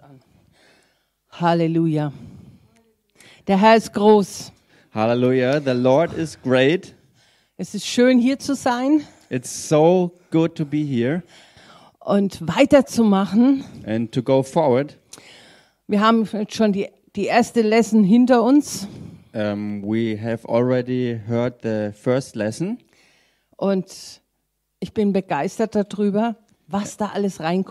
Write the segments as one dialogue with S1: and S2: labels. S1: an. Halleluja. Der Herr ist groß.
S2: Hallelujah. The Lord is great.
S1: Es ist schön, hier zu sein
S2: It's so good to be here
S1: und weiterzumachen.
S2: and to go forward.
S1: Wir haben jetzt schon die, die erste Lesson hinter uns
S2: Um, we have already heard the first lesson,
S1: und ich bin begeistert darüber, was da alles rein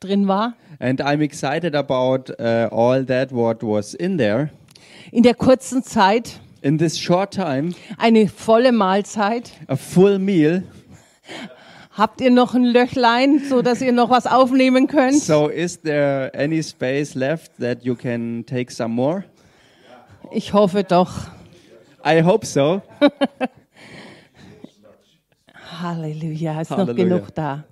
S1: drin war.
S2: and I'm excited about uh, all that what was in there.
S1: In der kurzen Zeit
S2: In this short time,
S1: eine volle Mahlzeit.
S2: a full meal.
S1: Habt ihr noch ein Löchlein, so dass ihr noch was aufnehmen könnt?
S2: So, is there any space left that you can take some more?
S1: Ich hoffe doch.
S2: I hope so.
S1: Halleluja, ist noch
S2: Halleluja.
S1: genug da.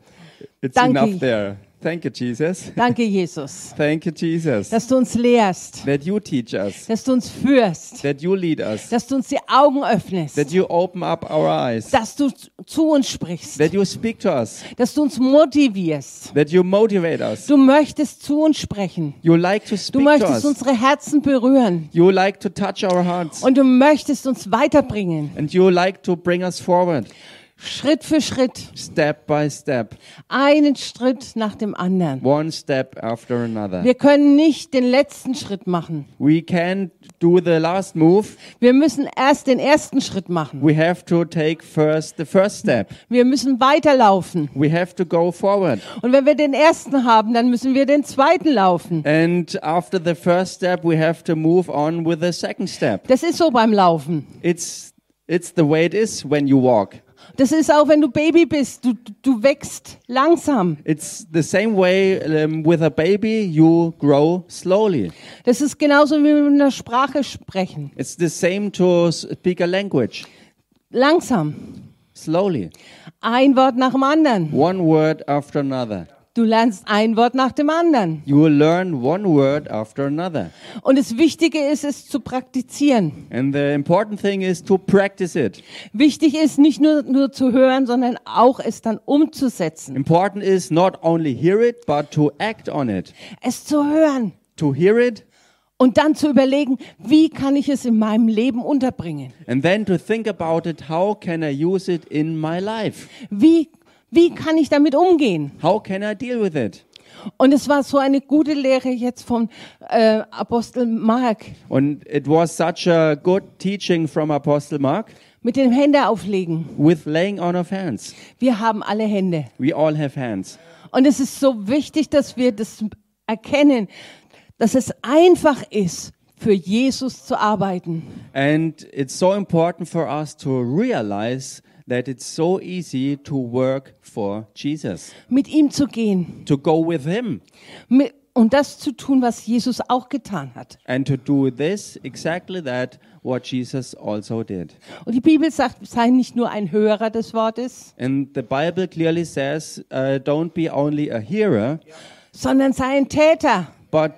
S2: It's
S1: Danke.
S2: enough there. Thank you, Jesus.
S1: Danke, Jesus,
S2: Thank you, Jesus,
S1: dass du uns lehrst,
S2: that you teach us,
S1: dass du uns führst,
S2: that you lead us,
S1: dass du uns die Augen
S2: that
S1: öffnest,
S2: you open up our eyes,
S1: dass du zu uns sprichst,
S2: that you speak to us,
S1: dass du uns motivierst.
S2: that you motivate us.
S1: Du möchtest zu uns sprechen.
S2: You like to
S1: Du
S2: speak to
S1: möchtest
S2: us.
S1: unsere Herzen berühren
S2: You like to touch our hearts.
S1: und du möchtest uns weiterbringen,
S2: And you like to bring us forward,
S1: Schritt für Schritt,
S2: step by step,
S1: einen Schritt nach dem anderen.
S2: one step after another.
S1: Wir können nicht den letzten Schritt machen.
S2: We can't do the last move.
S1: Wir müssen erst den ersten Schritt machen.
S2: We have to take first the first step.
S1: Wir müssen weiterlaufen.
S2: We have to go forward.
S1: Und wenn wir den ersten haben, dann müssen wir den zweiten laufen.
S2: And after the first step, we have to move on with the second step.
S1: Das ist so beim Laufen.
S2: It's it's the way it is when you walk.
S1: Das ist auch, wenn du Baby bist. Du, du wächst langsam.
S2: It's the same way um, with a baby, you grow slowly.
S1: Das ist genauso wie mit einer Sprache sprechen.
S2: It's the same to speak a language,
S1: Langsam.
S2: slowly,
S1: Ein Wort nach dem anderen.
S2: one word after another.
S1: Du lernst ein Wort nach dem anderen.
S2: You will learn one word after another.
S1: Und das Wichtige ist, es zu praktizieren.
S2: And the important thing is to practice it.
S1: Wichtig ist, nicht nur, nur zu hören, sondern auch es dann umzusetzen.
S2: Important is not only hear it, but to act on it.
S1: Es zu hören.
S2: To hear it
S1: Und dann zu überlegen, wie kann ich es in meinem Leben unterbringen?
S2: and then to think about it. How can I use it in my life?
S1: Wie, wie kann ich damit umgehen?
S2: How can I deal with it?
S1: Und es war so eine gute Lehre jetzt von äh, Apostel Mark
S2: And it was such a good teaching from Apostle Mark
S1: mit dem Hände auflegen.
S2: with laying on of hands.
S1: Wir haben alle Hände.
S2: We all have hands.
S1: Und es ist so wichtig, dass wir das erkennen, dass es einfach ist, für Jesus zu arbeiten.
S2: And it's so important for us to realize that it's so easy to work for Jesus,
S1: Mit ihm zu gehen.
S2: to go with Him,
S1: Mit, und das zu tun, was Jesus auch getan hat.
S2: and to do this exactly that what Jesus also did.
S1: Und die Bibel sagt, sei nicht nur ein Hörer des Wortes,
S2: And the Bible clearly says, uh, don't be only a hearer,
S1: sondern sei ein Täter.
S2: but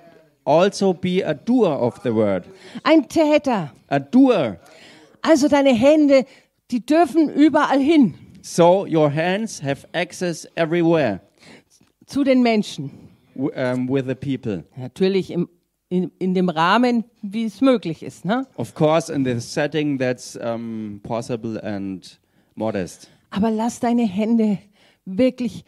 S2: also be a doer of the word.
S1: Ein Täter.
S2: A doer.
S1: Also deine Hände, die dürfen überall hin.
S2: So your hands have access everywhere.
S1: zu den Menschen.
S2: w- um, with the people.
S1: Natürlich im, in, in dem Rahmen, wie es möglich ist. Ne?
S2: Of course, in the setting that's um, possible and modest.
S1: Aber lass deine Hände wirklich,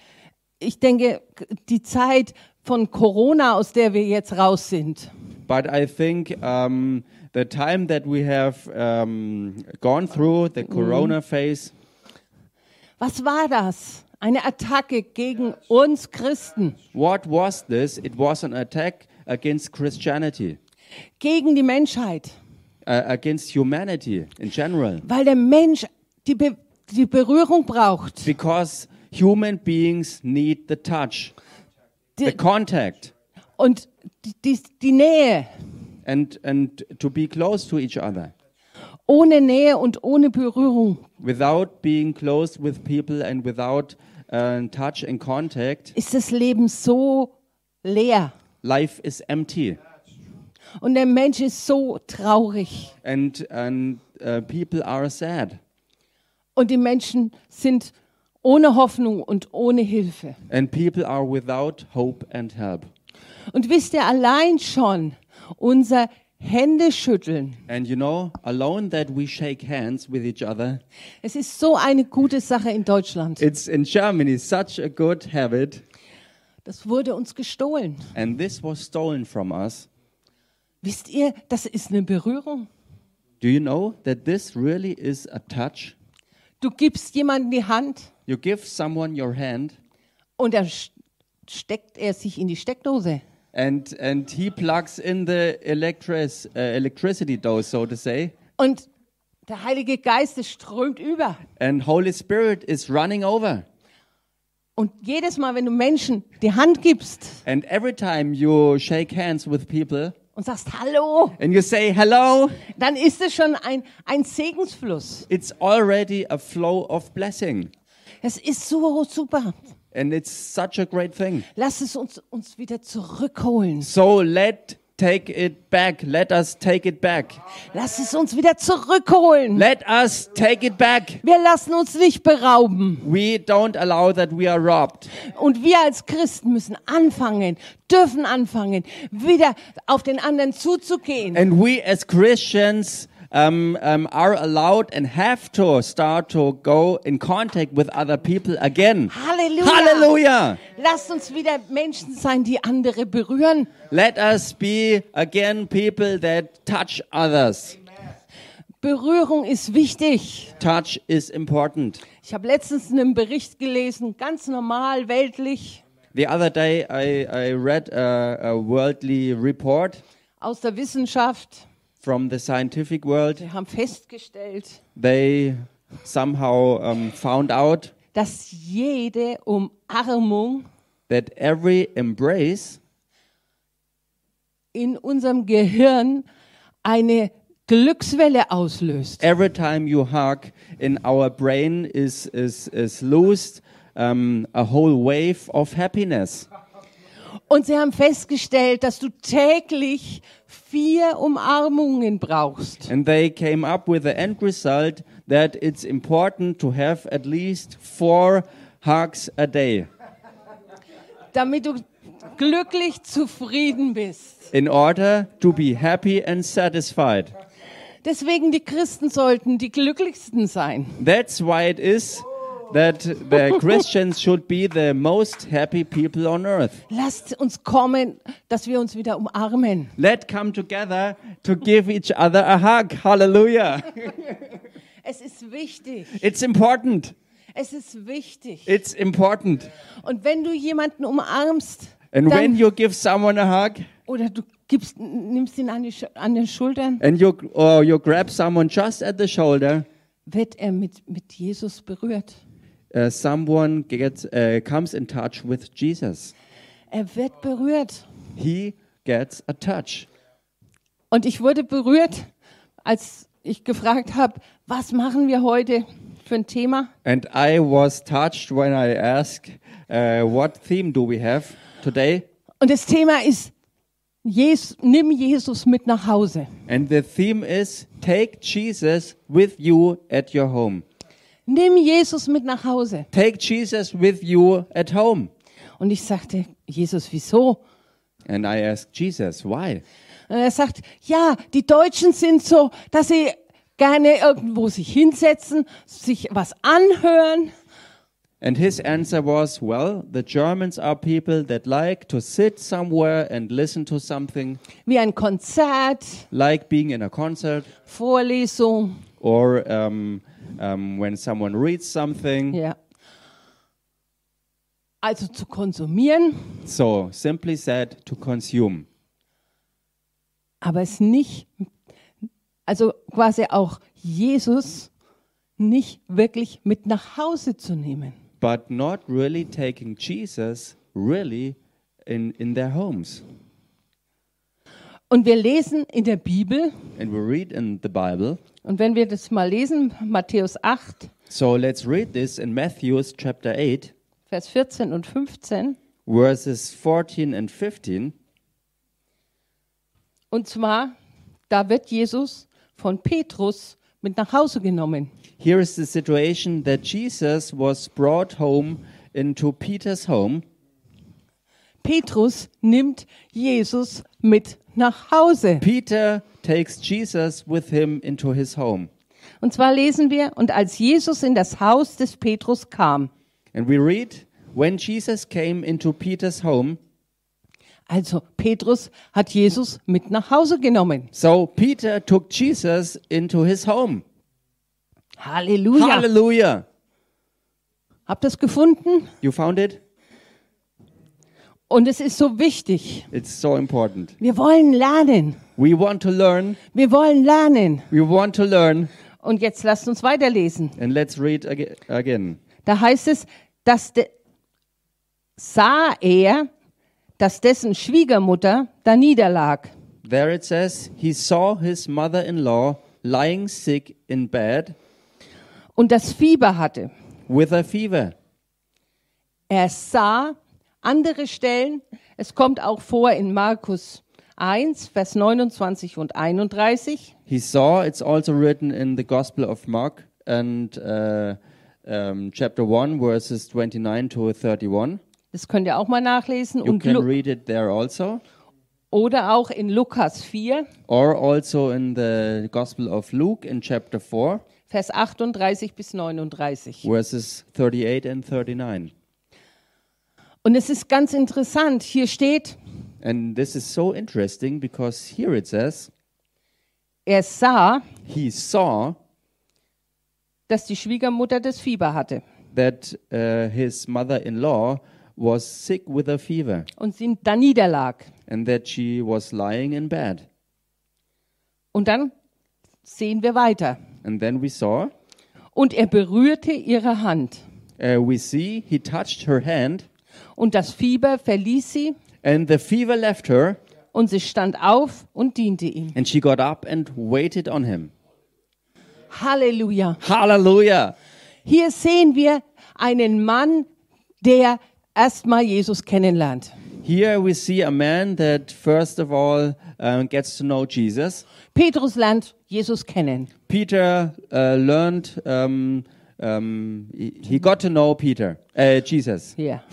S1: ich denke, die Zeit von Corona, aus der wir jetzt raus sind,
S2: But I think um, the time that we have um, gone through, the corona phase,
S1: was war das? Eine Attacke gegen uns Christen,
S2: what was this? It was an attack against Christianity,
S1: gegen die Menschheit,
S2: uh, against humanity in general.
S1: weil der Mensch die, Be die Berührung braucht.
S2: Because human beings need the touch, the
S1: Die,
S2: contact,
S1: und die, die, die Nähe.
S2: and, and to be close to each other.
S1: Ohne Nähe und ohne Berührung
S2: without being close with people and without uh, touch and contact,
S1: ist das Leben so leer.
S2: life is empty.
S1: Und der Mensch ist so traurig.
S2: And, and uh, people are sad.
S1: Und die Menschen sind ohne Hoffnung und ohne Hilfe.
S2: And people are without hope and help.
S1: Und wisst ihr, allein schon unser Händeschütteln,
S2: And you know, alone that we shake hands with each other,
S1: es ist so eine gute Sache in Deutschland.
S2: it's in Germany such a good habit.
S1: Das wurde uns gestohlen.
S2: And this was stolen from us.
S1: Wisst ihr, das ist eine Berührung.
S2: Do you know that this really is a touch?
S1: Du gibst jemandem die Hand
S2: You give someone your hand,
S1: und dann sch- steckt er sich in die Steckdose.
S2: and and he plugs in the electric uh, electricity dose, so to say,
S1: Und der Heilige Geist es strömt über.
S2: and Holy Spirit is running over.
S1: Und jedes Mal, wenn du Menschen die Hand gibst
S2: And every time you shake hands with people
S1: und sagst Hallo,
S2: and you say hello,
S1: dann ist es schon ein, ein Segensfluss.
S2: it's already a flow of blessing,
S1: Es ist so super.
S2: and it's such a great thing.
S1: Lass es uns, uns wieder zurückholen.
S2: So let take it back. Let us take it back.
S1: Lass es uns wieder zurückholen.
S2: Let us take it back.
S1: Wir lassen uns nicht berauben.
S2: We don't allow that we are robbed.
S1: Und wir als Christen müssen anfangen, dürfen anfangen, wieder auf den anderen zuzugehen.
S2: And we as Christians um, um, are allowed and have to start to go in contact with other people again.
S1: Halleluja.
S2: Hallelujah!
S1: Lasst uns wieder Menschen sein, die andere berühren.
S2: Let us be again people that touch others.
S1: Berührung ist wichtig.
S2: Touch is important.
S1: Ich habe letztens einen Bericht gelesen, ganz normal, weltlich,
S2: The other day I, I read a, a worldly report
S1: aus der Wissenschaft.
S2: from the scientific world.
S1: Wir haben festgestellt,
S2: They somehow um, found out
S1: dass jede Umarmung
S2: that every embrace
S1: in unserem Gehirn eine Glückswelle auslöst.
S2: every time you hug in our brain is is is loosed um, a whole wave of happiness
S1: Und sie haben festgestellt, dass du täglich vier Umarmungen brauchst.
S2: and they came up with the end result that it's important to have at least four hugs a day
S1: damit du glücklich zufrieden bist.
S2: in order to be happy and satisfied
S1: Deswegen die Christen sollten die glücklichsten sein.
S2: that's why it is that the christians should be the most happy people on earth
S1: Lasst uns kommen, dass wir uns wieder umarmen.
S2: let come together to give each other a hug hallelujah
S1: Es ist wichtig.
S2: it's important
S1: Es ist wichtig.
S2: It's important.
S1: Und wenn du jemanden umarmst
S2: And when
S1: dann,
S2: you give someone a hug
S1: oder du gibst, nimmst ihn an, die, Sch- an den Schultern,
S2: and you or you grab someone just at the shoulder,
S1: wird er mit, mit Jesus berührt.
S2: uh, someone gets uh, comes in touch with Jesus.
S1: Er wird berührt.
S2: He gets a touch.
S1: Und ich wurde berührt, als ich gefragt habe, was machen wir heute für ein Thema?
S2: And I was touched when I asked, uh, "What theme do we have today?"
S1: Und das Thema ist, Jes nimm Jesus mit nach Hause.
S2: And the theme is "Take Jesus with you at your home."
S1: Nimm Jesus mit nach Hause.
S2: Take Jesus with you at home.
S1: Und ich sagte, Jesus, wieso?
S2: And I asked Jesus, "Why?"
S1: Und er sagt, ja, die Deutschen sind so, dass sie gerne irgendwo sich hinsetzen, sich was anhören.
S2: And his answer was, Well, the Germans are people that like to sit somewhere and listen to something,
S1: Wie ein Konzert,
S2: like being in a concert
S1: Vorlesung,
S2: or um, um, when someone reads something.
S1: ja. Also zu konsumieren,
S2: So, simply said, to consume.
S1: aber es nicht, also quasi auch Jesus nicht wirklich mit nach Hause zu nehmen.
S2: But not really taking Jesus really in, in their homes.
S1: Und wir lesen in der Bibel,
S2: And we read in the Bible.
S1: und wenn wir das mal lesen, Matthäus 8,
S2: So, let's read this in Matthew's chapter 8,
S1: Vers 14 und 15,
S2: verses 14 and 15.
S1: und zwar, da wird Jesus von Petrus mit nach Hause genommen.
S2: Here is the situation that Jesus was brought home into Peter's home.
S1: Petrus nimmt Jesus mit nach Hause.
S2: Peter takes Jesus with him into his home.
S1: Und zwar lesen wir, und als Jesus in das Haus des Petrus kam,
S2: And we read when Jesus came into Peter's home,
S1: also Petrus hat Jesus mit nach Hause genommen.
S2: so Peter took Jesus into his home.
S1: Halleluja.
S2: Hallelujah.
S1: Habt ihr es gefunden?
S2: You found it?
S1: Und es ist so wichtig.
S2: It's so important.
S1: Wir wollen lernen.
S2: We want to learn.
S1: Wir wollen lernen.
S2: We want to learn.
S1: Und jetzt lasst uns weiterlesen.
S2: And let's read aga again.
S1: Da heißt es, dass de, sah er, dass dessen Schwiegermutter da niederlag.
S2: There it says, He saw his mother in law lying sick in bed
S1: und das Fieber hatte.
S2: with a fever.
S1: Er sah andere Stellen, es kommt auch vor in Markus 1, Vers 29 und 31.
S2: He saw, it's also written in the Gospel of Mark and uh, um, chapter 1, verses 29 to 31.
S1: Das könnt ihr auch mal nachlesen.
S2: You
S1: Und
S2: can
S1: Lu-
S2: read it there also,
S1: oder auch in Lukas 4,
S2: or also in the Gospel of Luke in chapter 4,
S1: Vers 38 bis 39.
S2: verses 38 and 39.
S1: Und es ist ganz interessant, hier steht,
S2: And this is so interesting because here it says,
S1: er sah,
S2: He saw
S1: dass die Schwiegermutter das Fieber hatte.
S2: that uh, his mother in law was sick with a fever
S1: und sie da niederlag.
S2: and that she was lying in bed.
S1: Und dann sehen wir weiter.
S2: And then we saw,
S1: Und er berührte ihre Hand.
S2: uh, we see he touched her hand
S1: Und das Fieber verließ sie
S2: and the fever left her
S1: und sie stand auf und diente ihm.
S2: and she got up and waited on him.
S1: Halleluja.
S2: Hallelujah!
S1: Hier sehen wir einen Mann, der erstmal Jesus kennenlernt.
S2: Here we see a man that first of all um, gets to know Jesus.
S1: Petrus lernt Jesus kennen.
S2: Peter uh, learned, um, um, he, he got to know Peter, uh, Jesus.
S1: Ja.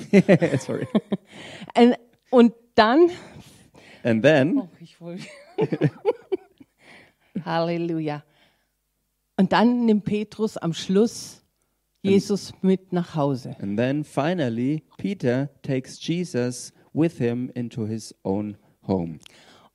S2: Sorry.
S1: Ein- Und dann.
S2: And then,
S1: Halleluja. Und dann nimmt Petrus am Schluss Jesus mit nach Hause.
S2: and then finally, Peter takes Jesus with him into his own home.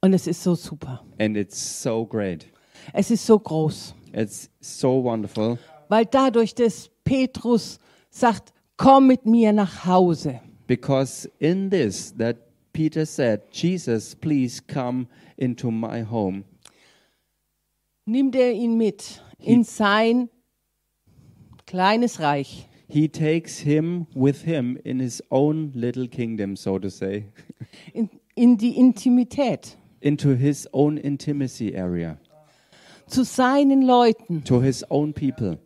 S1: Und es ist so super.
S2: And it's so great.
S1: Es ist so groß,
S2: It's so wonderful
S1: weil dadurch, dass Petrus sagt, komm mit mir nach Hause,
S2: because in this that Peter said, Jesus, please come into my home.
S1: nimmt er ihn mit in sein kleines Reich.
S2: He takes him with him in his own little kingdom, so to say,
S1: In, in die Intimität
S2: into his own intimacy area,
S1: zu seinen Leuten,
S2: to his own people,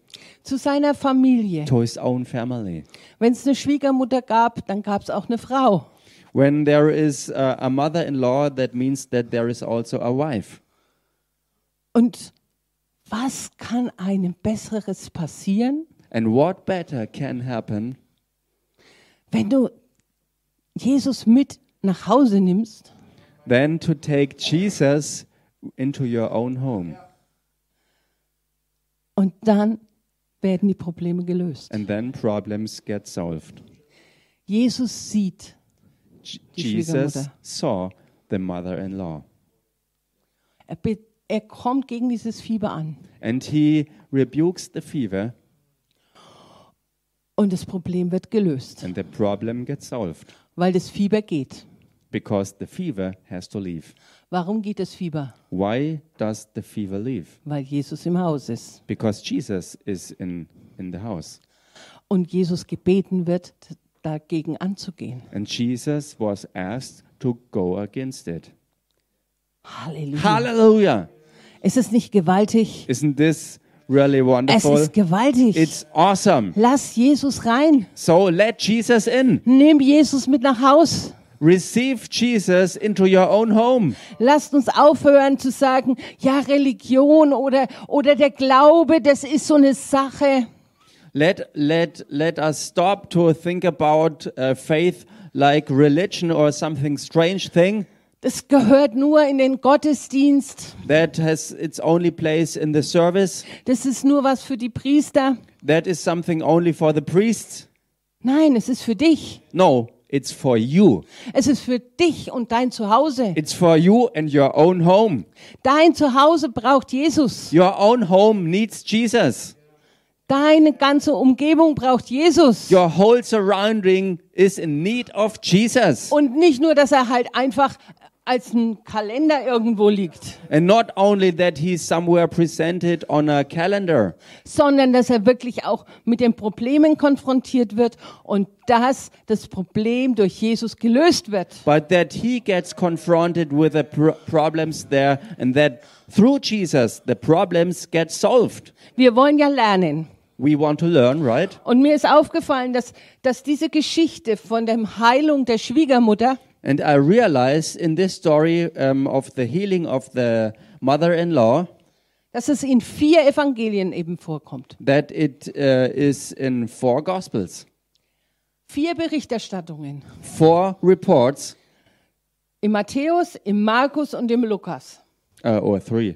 S1: zu seiner Familie.
S2: to his own family.
S1: Wenn es eine Schwiegermutter gab, dann gab es auch eine Frau.
S2: When there is uh, a mother in law, that means that there is also a wife.
S1: Und was kann einem Besseres passieren,
S2: And what better can happen
S1: wenn du Jesus mit nach Hause nimmst?
S2: than to take Jesus into your own home?
S1: Und dann werden die Probleme gelöst.
S2: And then problems get solved.
S1: Jesus sieht,
S2: J-
S1: Die
S2: Jesus
S1: Schwiegermutter.
S2: saw the mother in law
S1: er, be- er kommt gegen dieses Fieber an
S2: and he rebukes the fever,
S1: und das Problem wird gelöst,
S2: and the problem gets solved.
S1: weil das Fieber geht.
S2: Because the fever has to leave.
S1: Warum geht das Fieber?
S2: Why does the fever leave?
S1: Weil Jesus im Haus ist
S2: Because Jesus is in, in the house.
S1: und Jesus gebeten wird, t- dagegen anzugehen.
S2: And Jesus was asked to go against it.
S1: Halleluja.
S2: Hallelujah!
S1: Ist es nicht gewaltig?
S2: Isn't this really
S1: Es
S2: wonderful?
S1: ist gewaltig.
S2: It's awesome.
S1: Lass Jesus rein.
S2: So let Jesus in.
S1: Nimm Jesus mit nach Haus.
S2: Receive Jesus into your own home.
S1: Lasst uns aufhören zu sagen, ja, Religion oder, oder der Glaube, das ist so eine Sache.
S2: Let let let us stop to think about uh, faith like religion or something strange thing
S1: Das gehört nur in den Gottesdienst.
S2: that has its only place in the service.
S1: Das ist nur was für die Priester.
S2: That is something only for the priests.
S1: Nein, es ist für dich.
S2: No, it's for you.
S1: Es ist für dich und dein Zuhause.
S2: It's for you and your own home.
S1: Dein Zuhause braucht Jesus.
S2: Your own home needs Jesus.
S1: Deine ganze Umgebung braucht Jesus.
S2: Your whole surrounding is in need of Jesus.
S1: Und nicht nur, dass er halt einfach als ein Kalender irgendwo liegt,
S2: And not only that he's somewhere presented on a calendar,
S1: sondern dass er wirklich auch mit den Problemen konfrontiert wird und dass das Problem durch Jesus gelöst wird.
S2: but that he gets confronted with the pr- problems there and that through Jesus the problems get solved.
S1: Wir wollen ja lernen.
S2: We want to learn, right?
S1: Und mir ist aufgefallen, dass, dass diese Geschichte von der Heilung der Schwiegermutter,
S2: And I realize in this story um, of the healing of the mother-in-law
S1: dass es in vier Evangelien eben vorkommt.
S2: that it uh, is in four gospels,
S1: Vier Berichterstattungen.
S2: four reports
S1: Im Matthäus, im Markus und im Lukas.
S2: uh, or three.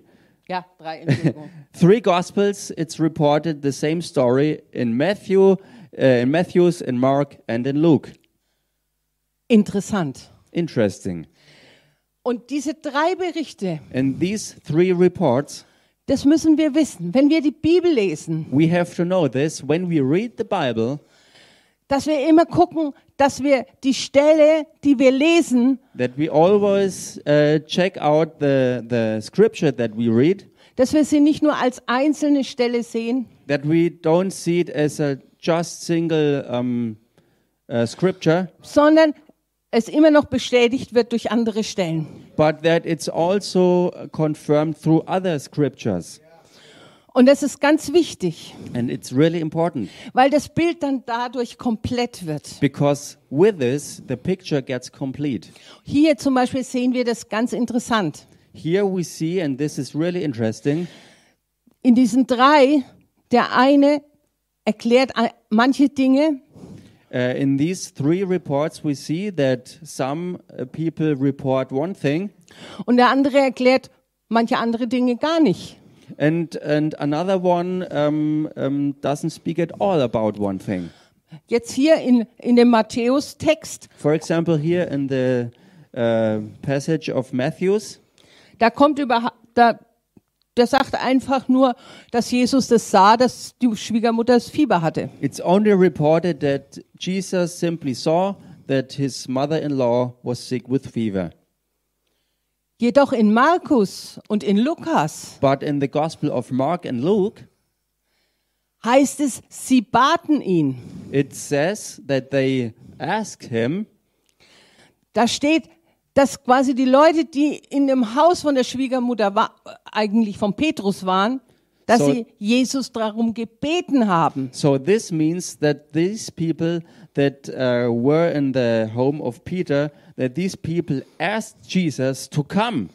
S1: Ja, drei, Entschuldigung.
S2: Three gospels it's reported the same story in Matthew, uh, in Matthew's, in Mark and in Luke.
S1: Interessant.
S2: Interesting.
S1: Und diese drei Berichte,
S2: And these three reports,
S1: das müssen wir wissen. Wenn wir die Bibel lesen,
S2: we have to know this when we read the Bible
S1: dass wir immer gucken, dass wir die Stelle, die wir lesen,
S2: that we always uh, check out the, the scripture that we read,
S1: dass wir sie nicht nur als einzelne Stelle sehen,
S2: that we don't see it as a just single um, uh, scripture,
S1: sondern es immer noch bestätigt wird durch andere Stellen.
S2: but that it's also confirmed through other scriptures.
S1: Und das ist ganz wichtig,
S2: And it's really important
S1: weil das Bild dann dadurch komplett wird.
S2: because with this, the picture gets complete.
S1: Hier zum Beispiel sehen wir das ganz interessant.
S2: Here we see, and this is really interesting,
S1: In diesen drei, der eine erklärt a- manche Dinge,
S2: Uh, in these three reports, we see that some uh, people report one thing,
S1: Und der andere erklärt manche andere Dinge gar nicht.
S2: and and another one um, um, doesn't speak at all about one thing.
S1: Jetzt hier in, in dem Matthäus-Text,
S2: For example, here in the uh, passage of Matthew's,
S1: da kommt überhaupt, da, der sagt einfach nur, dass Jesus das sah, dass die Schwiegermutter das Fieber hatte.
S2: it's only reported that Jesus simply saw that his mother-in-law was sick with fever.
S1: Jedoch in Markus und in Lukas
S2: But in the Gospel of Mark and Luke,
S1: heißt es, sie baten ihn.
S2: it says that they ask him
S1: Da steht, dass quasi die Leute, die in dem Haus von der Schwiegermutter war, eigentlich von Petrus waren, dass
S2: So-
S1: sie Jesus darum gebeten haben.
S2: So this means that these people that uh, were in the home of Peter, that these people asked Jesus to come.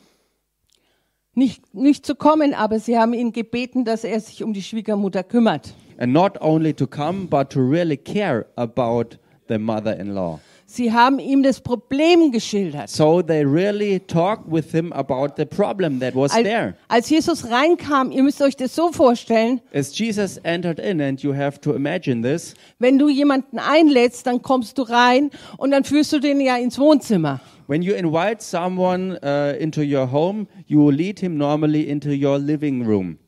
S1: nicht, nicht zu kommen, aber sie haben ihn gebeten, dass er sich um die Schwiegermutter kümmert.
S2: And not only to come, but to really care about the mother in law.
S1: Sie haben ihm das Problem geschildert.
S2: So they really talked with him about the problem that was
S1: Als,
S2: there.
S1: als Jesus reinkam, ihr müsst euch das so vorstellen,
S2: As Jesus entered in, and you have to imagine this,
S1: wenn du jemanden einlädst, dann kommst du rein und dann führst du den ja ins Wohnzimmer.
S2: when you invite someone uh, into your home, you lead him normally into your living room.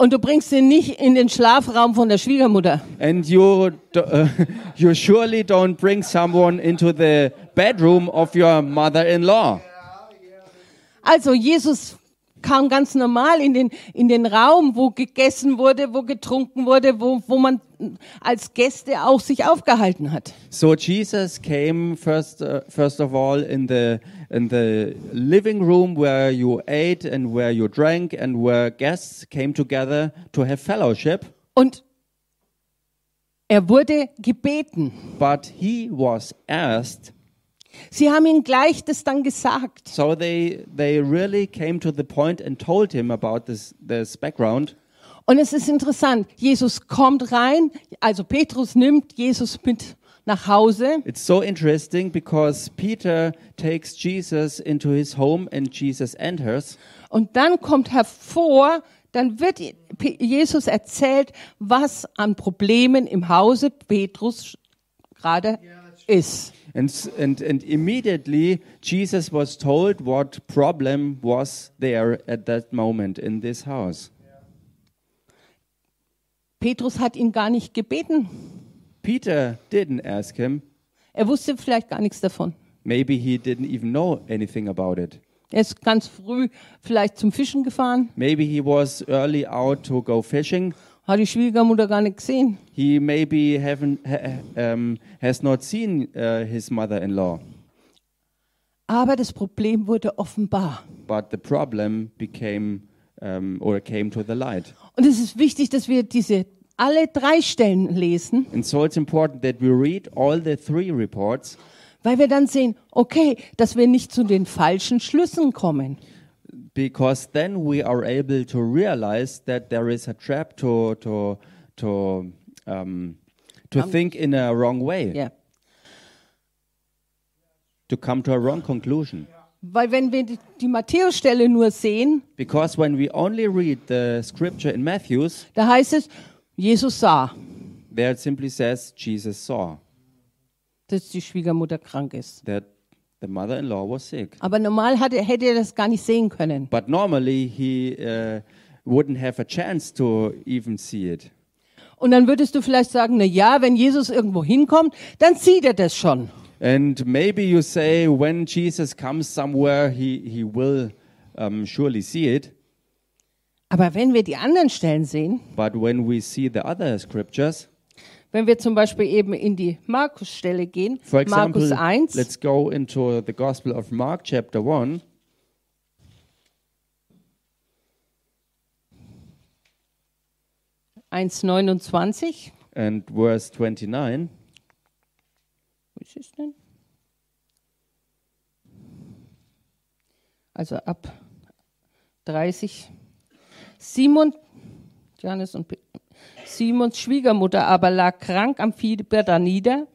S1: Und du bringst ihn nicht in den Schlafraum von der Schwiegermutter.
S2: And you, do, uh, you surely don't bring someone into the bedroom of your mother-in-law.
S1: Also Jesus kam ganz normal in den, in den Raum, wo gegessen wurde, wo getrunken wurde, wo, wo man als Gäste auch sich aufgehalten hat.
S2: So Jesus came first, uh, first of all in the in the living room where you ate and where you drank and where guests came together to have fellowship.
S1: Und er wurde gebeten.
S2: But he was asked,
S1: Sie haben ihm gleich das dann gesagt.
S2: so they they really came to the point and told him about this this background.
S1: Und es ist interessant, Jesus kommt rein, also Petrus nimmt Jesus mit nach Hause
S2: It's so interesting because Peter takes Jesus into his home and Jesus enters.
S1: und dann kommt hervor, dann wird P- Jesus erzählt, was an Problemen im Hause Petrus gerade ist.
S2: And, s- and, and immediately Jesus was told what problem was there at that moment in this house.
S1: Petrus hat ihn gar nicht gebeten.
S2: Peter didn't ask him.
S1: Er wusste vielleicht gar nichts davon.
S2: Maybe he didn't even know anything about it.
S1: Er ist ganz früh vielleicht zum Fischen gefahren,
S2: Maybe he was early out to go fishing.
S1: hat die Schwiegermutter gar nicht gesehen.
S2: He maybe haven't, ha, um, has not seen uh, his mother-in-law.
S1: Aber das Problem wurde offenbar.
S2: But the problem became um, or came to the light.
S1: Und es ist wichtig, dass wir diese alle drei Stellen lesen,
S2: And so it's important that we read all the three reports
S1: weil wir dann sehen, okay, dass wir nicht zu den falschen Schlüssen kommen.
S2: because then we are able to realize that there is a trap to to to um, to think in a wrong way,
S1: Ja.
S2: to come to a wrong conclusion.
S1: Weil wenn wir die- die Matthäus-Stelle nur sehen,
S2: Because when we only read the scripture in Matthew's,
S1: da heißt es, Jesus sah,
S2: there it simply says Jesus saw
S1: dass die Schwiegermutter krank ist.
S2: that the mother-in-law was sick,
S1: Aber normal hatte, hätte er das gar nicht sehen können.
S2: but normally he uh, wouldn't have a chance to even see it.
S1: Und dann würdest du vielleicht sagen, na ja, wenn Jesus irgendwo hinkommt, dann sieht er das schon.
S2: And maybe you say when Jesus comes somewhere, he, he will um, surely see it.
S1: Aber wenn wir die anderen Stellen sehen,
S2: But when we see the other scriptures,
S1: wenn wir zum Beispiel eben in die Markus-Stelle gehen,
S2: for example,
S1: Markus 1,
S2: let's go into the Gospel of Mark, chapter 1.
S1: 29.
S2: And verse 29,
S1: Wo ist es denn? Also ab 30. Simon, Johannes und Pe- Simons Schwiegermutter aber lag krank am Fieber da nieder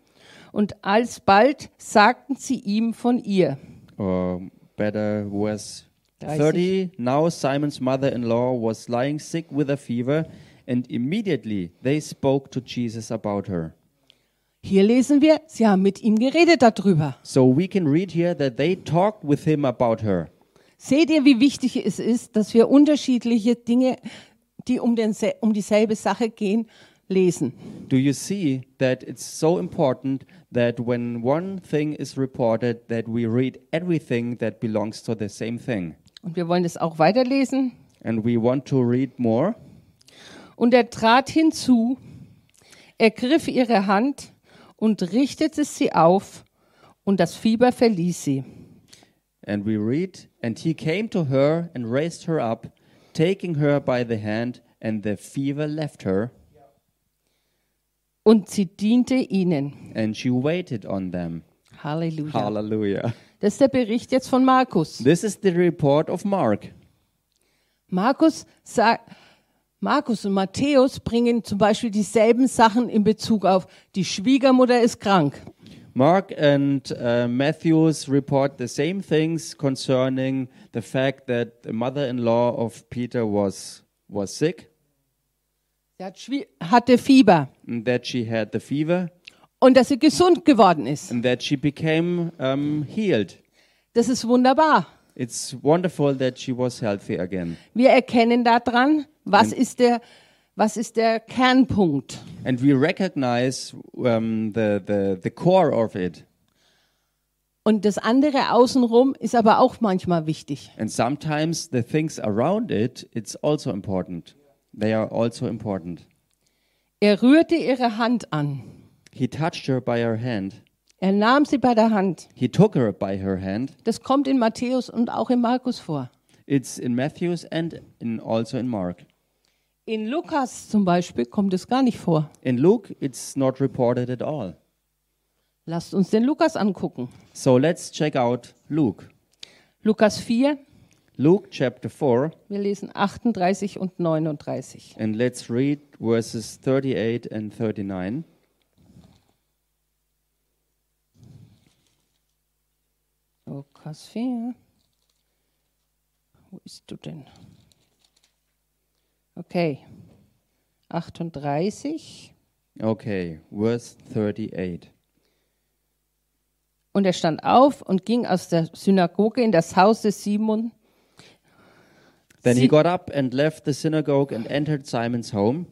S1: und alsbald sagten sie ihm von ihr.
S2: or better, verse
S1: 30.
S2: 30. Now Simon's mother in law was lying sick with a fever, and immediately they spoke to Jesus about her.
S1: Hier lesen wir, sie haben mit ihm geredet darüber.
S2: So we can read here that they talked with him about her.
S1: Seht ihr, wie wichtig es ist, dass wir unterschiedliche Dinge, die um, den, um dieselbe Sache gehen, lesen.
S2: Do you see that it's so important that when one thing is reported that we read everything that belongs to the same thing?
S1: Und wir wollen das auch weiterlesen.
S2: And we want to read more.
S1: Und er trat hinzu, ergriff ihre Hand und richtete sie auf, und das Fieber verließ sie.
S2: And we read, and he came to her and raised her up, taking her by the hand, and the fever left her,
S1: Und sie diente ihnen.
S2: and she waited on them.
S1: Halleluja.
S2: Hallelujah.
S1: Das ist der Bericht jetzt von Markus.
S2: This is the report of Mark.
S1: Markus sagt, Markus und Matthäus bringen zum Beispiel dieselben Sachen in Bezug auf die Schwiegermutter ist krank.
S2: Mark and uh, Matthews report the same things concerning the fact that the mother-in-law of Peter was was sick
S1: Sie hat Schwie- hatte Fieber
S2: and that she had the fever
S1: und dass sie gesund geworden ist.
S2: and that she became um, healed.
S1: Das ist wunderbar.
S2: It's wonderful that she was healthy again.
S1: Wir erkennen daran, was ist der, was ist der Kernpunkt.
S2: And we recognize um, the, the, the core of it.
S1: Und das andere außenrum ist aber auch manchmal wichtig.
S2: And sometimes the things around it, it's also important. They are also important.
S1: Er rührte ihre Hand an.
S2: He touched her by her hand.
S1: Er nahm sie bei der Hand.
S2: He took her by her hand.
S1: Das kommt in Matthäus und auch in Markus vor.
S2: It's in Matthew's and in also in Mark.
S1: In Lukas zum Beispiel kommt es gar nicht vor.
S2: In Luke, it's not reported at all.
S1: Lasst uns den Lukas angucken.
S2: So let's check out Luke.
S1: Lukas 4,
S2: Luke chapter 4,
S1: Wir lesen 38 und 39.
S2: and let's read verses 38 and 39.
S1: Lukas 4. Oh, Wo bist du denn? Okay. 38.
S2: Okay, verse 38.
S1: Und er stand auf und ging aus der Synagoge in das Haus des Simon.
S2: Then he
S1: Sie-
S2: got up and left the synagogue and entered Simon's home.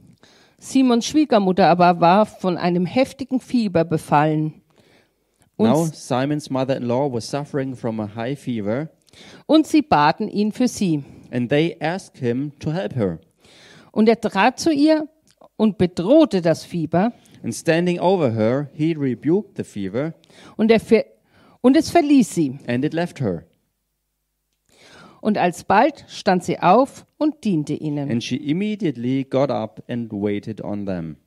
S1: Simons Schwiegermutter aber war von einem heftigen Fieber befallen. Und,
S2: Now Simon's mother in law was suffering from a high fever,
S1: und sie baten ihn für sie.
S2: and they asked him to help her.
S1: Und er trat zu ihr und bedrohte das Fieber.
S2: And standing over her, he rebuked the fever,
S1: Und, er ver und es verließ sie.
S2: and it left her.
S1: Und alsbald stand sie auf und diente ihnen.
S2: And she immediately got up and waited on them.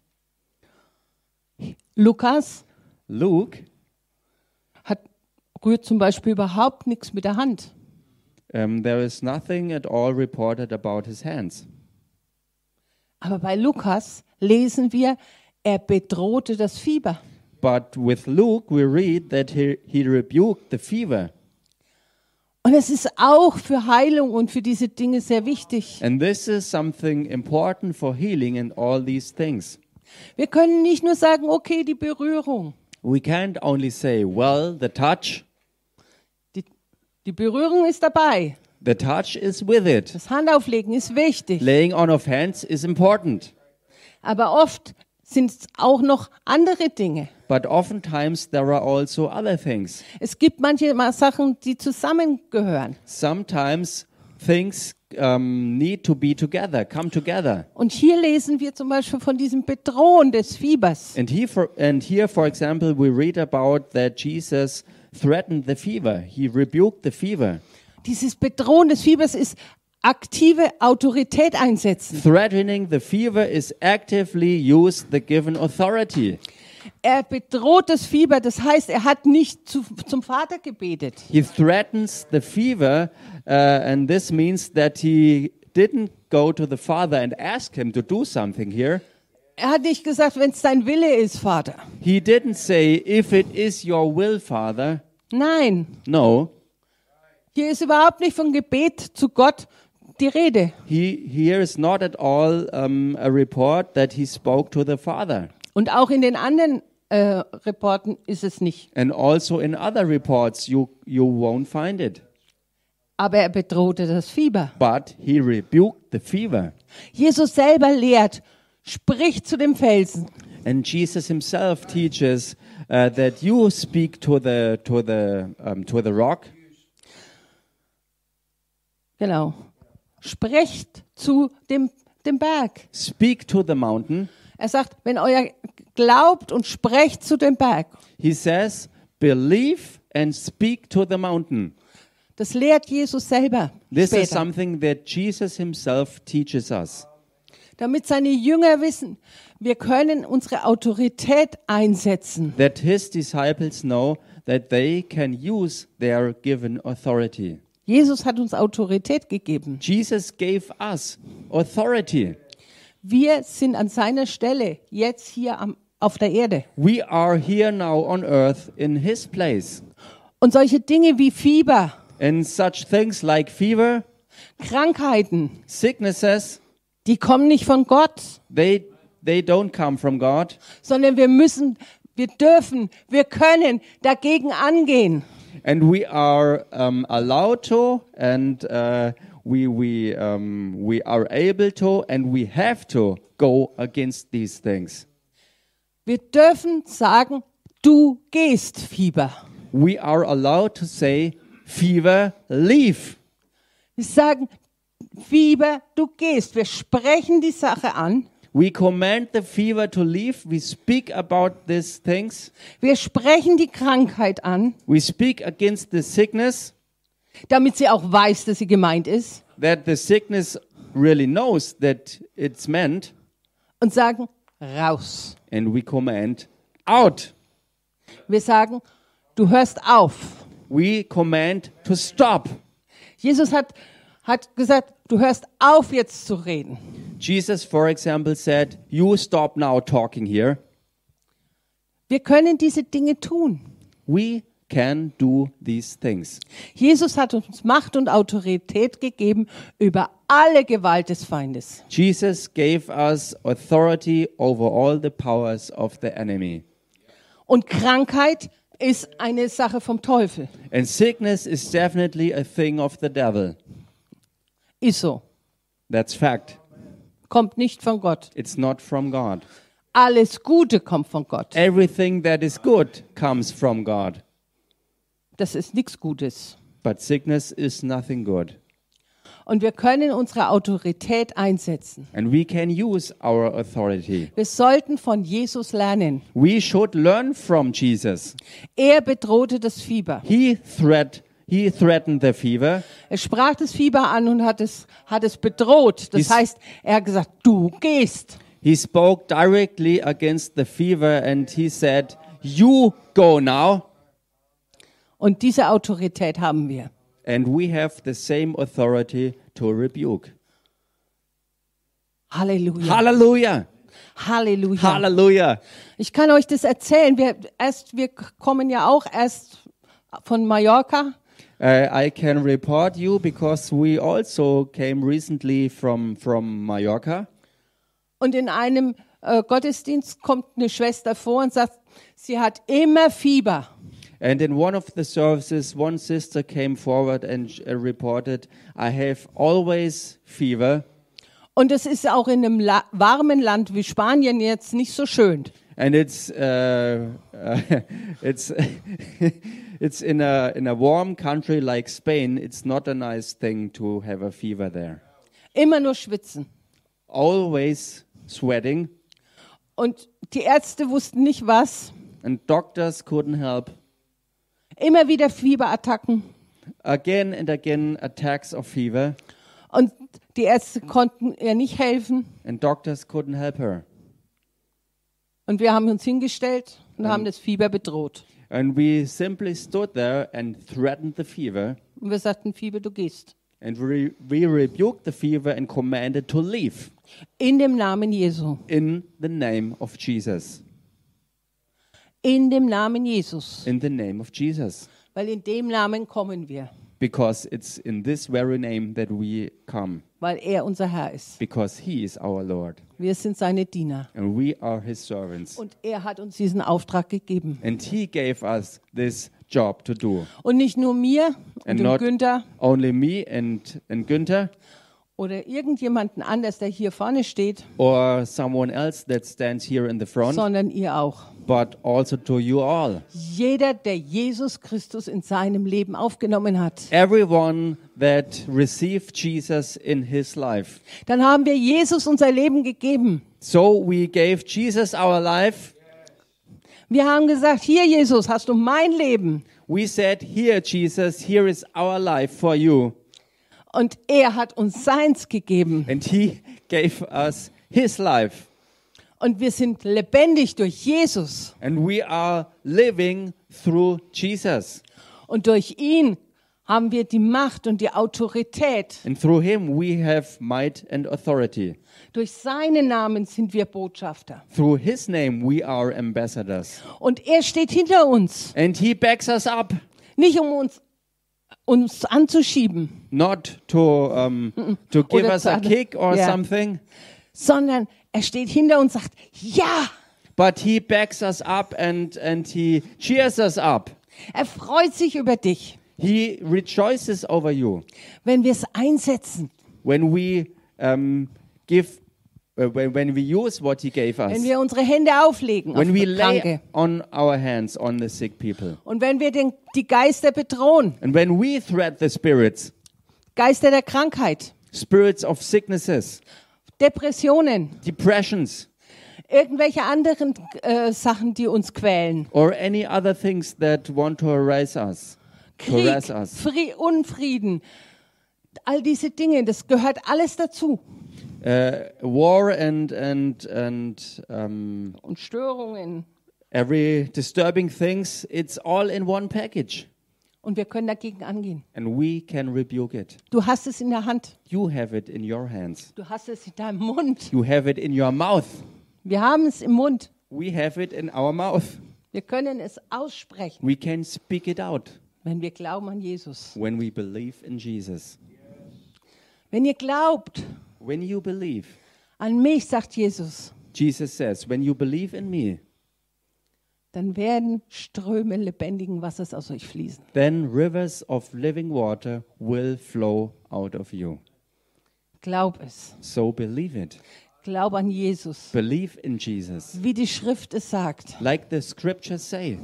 S1: Lukas
S2: Luke
S1: hat, rührt zum Beispiel überhaupt nichts mit der Hand.
S2: Um, there is nothing at all reported about his hands.
S1: Aber bei Lukas lesen wir, er bedrohte das Fieber.
S2: But with Luke, we read that he, he rebuked the fever.
S1: Und es ist auch für Heilung und für diese Dinge sehr wichtig.
S2: And this is something important for healing and all these things.
S1: Wir können nicht nur sagen, okay, die Berührung.
S2: We can't only say, well, the touch,
S1: Die, die Berührung ist dabei.
S2: the touch is with it.
S1: Das Handauflegen ist wichtig.
S2: Laying on of hands is important.
S1: Aber oft sind es auch noch andere Dinge.
S2: But oftentimes there are also other things.
S1: Es gibt manche Ma- Sachen, die zusammengehören.
S2: Sometimes things um, need to be together, come together.
S1: Und hier lesen wir zum Beispiel von diesem Bedrohen des Fiebers.
S2: And he for, and here, for example, we read about that Jesus threatened the fever. He rebuked the fever.
S1: Dieses Bedrohen des Fiebers ist aktive Autorität einsetzen.
S2: Threatening the fever is actively used the given authority.
S1: Er bedroht das Fieber, das heißt, er hat nicht zu, zum Vater gebetet.
S2: He threatens the fever, uh, and this means that he didn't go to the father and ask him to do something here.
S1: Er hat nicht gesagt, wenn es dein Wille ist, Vater.
S2: He didn't say, "If it is your will, Father."
S1: Nein,
S2: No,
S1: hier ist überhaupt nicht von Gebet zu Gott die Rede.
S2: he here is not at all um, a report that he spoke to the father.
S1: Und auch in den anderen äh, Reporten ist es nicht.
S2: And also in other reports, you, you won't find it.
S1: Aber er bedrohte das Fieber.
S2: But he rebuked the fever.
S1: Jesus selber lehrt, spricht zu dem Felsen.
S2: And Jesus himself teaches uh, that you speak to the, to, the, um, to the rock.
S1: Genau. Sprecht zu dem, dem Berg.
S2: Speak to the mountain.
S1: Er sagt, wenn euer glaubt und sprecht zu dem Berg.
S2: He says, believe and speak to the mountain.
S1: Das lehrt Jesus selber.
S2: This is
S1: später.
S2: something that Jesus himself teaches us.
S1: Damit seine Jünger wissen, wir können unsere Autorität einsetzen.
S2: That his disciples know that they can use their given authority.
S1: Jesus hat uns Autorität gegeben.
S2: Jesus gave us authority.
S1: Wir sind an seiner Stelle jetzt hier am, auf der Erde.
S2: We are here now on earth in his place.
S1: Und solche Dinge wie Fieber,
S2: And such things like fever,
S1: Krankheiten,
S2: sicknesses,
S1: die kommen nicht von Gott,
S2: they they don't come from God.
S1: sondern wir müssen, wir dürfen, wir können dagegen angehen.
S2: And we are um, allowed to, and uh, we we um, we are able to, and we have to go against these things.
S1: Wir dürfen sagen, du gehst Fieber.
S2: We are allowed to say, "Fever, leave."
S1: Wir sagen, Fieber, du gehst. Wir sprechen die Sache an.
S2: We command the fever to leave. We speak about these things.
S1: Wir sprechen die Krankheit an,
S2: We speak against the sickness.
S1: damit sie auch weiß, dass sie gemeint ist.
S2: that the sickness really knows that it's meant,
S1: Und sagen, raus.
S2: and we command out.
S1: Wir sagen, du hörst auf.
S2: We command to stop.
S1: Jesus hat hat gesagt, du hörst auf jetzt zu reden.
S2: Jesus, for example, said, You stop now talking here.
S1: Wir können diese Dinge tun.
S2: We can do these things.
S1: Jesus hat uns Macht und Autorität gegeben über alle Gewalt des Feindes.
S2: Jesus gave us authority over all the powers of the enemy.
S1: Und Krankheit ist eine Sache vom Teufel.
S2: And sickness is definitely a thing of the devil.
S1: Ist so.
S2: That's fact.
S1: Kommt nicht von Gott.
S2: It's not from God.
S1: Alles Gute kommt von Gott.
S2: Everything that is good comes from God,
S1: Das ist nichts Gutes.
S2: but sickness is nothing good.
S1: Und wir können unsere Autorität einsetzen.
S2: And we can use our authority.
S1: Wir sollten von Jesus lernen.
S2: We should learn from Jesus.
S1: Er bedrohte das Fieber.
S2: He threat he threatened the fever.
S1: Er sprach das Fieber an und hat es, hat es bedroht. Das
S2: Ist-
S1: heißt, er hat gesagt, du gehst.
S2: He spoke directly against the fever and he said, "You go now."
S1: Und diese Autorität haben wir.
S2: And we have the same authority to rebuke.
S1: Halleluja.
S2: Hallelujah.
S1: Halleluja.
S2: Hallelujah.
S1: Ich kann euch das erzählen. Wir, erst, wir kommen ja auch erst von Mallorca.
S2: Uh, I can report you because we also came recently from from Mallorca.
S1: Und in einem äh, Gottesdienst kommt eine Schwester vor und sagt, sie hat immer Fieber.
S2: And in one of the services, one sister came forward and uh, reported, I have always fever.
S1: Und das ist auch in einem La warmen Land wie Spanien jetzt nicht so schön.
S2: And it's, uh, uh, it's, it's in, a, in a warm country like Spain, it's not a nice thing to have a fever there.
S1: Immer nur schwitzen.
S2: Always sweating,
S1: Und die Ärzte wussten nicht was.
S2: and doctors couldn't help.
S1: Immer wieder Fieberattacken.
S2: Again and again, attacks of fever,
S1: Und die Ärzte konnten ihr nicht helfen.
S2: and doctors couldn't help her.
S1: Und wir haben uns hingestellt und haben das Fieber bedroht.
S2: And we simply stood there and threatened the fever.
S1: Und wir sagten, Fieber, du gehst.
S2: And we, we rebuked the fever and commanded to leave
S1: In dem Namen Jesu.
S2: in the name of Jesus.
S1: In dem Namen Jesus.
S2: In the name of Jesus.
S1: Weil in dem Namen kommen wir.
S2: Because it's in this very name that we come.
S1: Weil er unser Herr ist.
S2: Because He is our Lord
S1: Wir sind seine Diener.
S2: and we are His servants.
S1: Und er hat uns diesen Auftrag gegeben.
S2: And He gave us this job to do.
S1: Und nicht nur mir und
S2: And
S1: dem
S2: not
S1: Günther
S2: only me and, and Günther
S1: oder irgendjemanden anders, der hier vorne steht,
S2: or someone else that stands here in the front,
S1: sondern ihr auch.
S2: but also to you all.
S1: Jeder, der Jesus Christus in seinem Leben aufgenommen hat.
S2: Everyone that received Jesus in His life.
S1: Dann haben wir Jesus unser Leben gegeben.
S2: So we gave Jesus our life.
S1: Wir haben gesagt, hier Jesus, hast du mein Leben.
S2: We said, Here, Jesus, here is our life for you.
S1: Und er hat uns seins gegeben.
S2: And He gave us His life.
S1: Und wir sind lebendig durch Jesus.
S2: And we are living through Jesus.
S1: Und durch ihn haben wir die Macht und die Autorität.
S2: And through Him, we have might and authority.
S1: Durch seinen Namen sind wir Botschafter.
S2: Through His name, we are ambassadors.
S1: Und er steht hinter uns.
S2: And He backs us up,
S1: Nicht um uns, uns anzuschieben,
S2: not to, um, to give
S1: Oder
S2: us
S1: zu
S2: a
S1: alle-
S2: kick or
S1: Yeah.
S2: something,
S1: sondern er steht hinter uns und sagt, ja,
S2: but He backs us up and, and He cheers us up.
S1: er freut sich über dich,
S2: He rejoices over you.
S1: wenn wir es einsetzen.
S2: when we um, give, uh, when, when we use what He gave us,
S1: Wenn wir unsere Hände auflegen
S2: when
S1: auf
S2: we lay
S1: Kranke
S2: on our hands on the sick people,
S1: und wenn wir den, die Geister bedrohen,
S2: and when we threat the spirits,
S1: Geister der Krankheit,
S2: spirits of sicknesses,
S1: Depressionen,
S2: depressions,
S1: irgendwelche anderen äh, Sachen, die uns quälen,
S2: or any other things that want to harass us, to
S1: Krieg,
S2: harass us,
S1: Fri Unfrieden, all diese Dinge, das gehört alles dazu.
S2: uh, war and and and um,
S1: Und Störungen
S2: every disturbing things, it's all in one package.
S1: Und wir können dagegen angehen.
S2: and we can rebuke it.
S1: Du hast es in der Hand.
S2: You have it in your hands.
S1: Du hast es in deinem Mund.
S2: You have it in your mouth.
S1: Wir haben es im Mund.
S2: We have it in our mouth.
S1: Wir können es aussprechen,
S2: We can speak it out
S1: wenn wir glauben an Jesus.
S2: when we believe in Jesus.
S1: Wenn ihr glaubt
S2: When you believe,
S1: an mich, sagt Jesus,
S2: Jesus says, when you believe in me,
S1: dann werden Ströme lebendigen Wassers aus euch fließen.
S2: then rivers of living water will flow out of you.
S1: Glaub es.
S2: So believe it.
S1: Glaub an Jesus,
S2: Believe in Jesus.
S1: wie die Schrift es sagt.
S2: Like the scriptures say.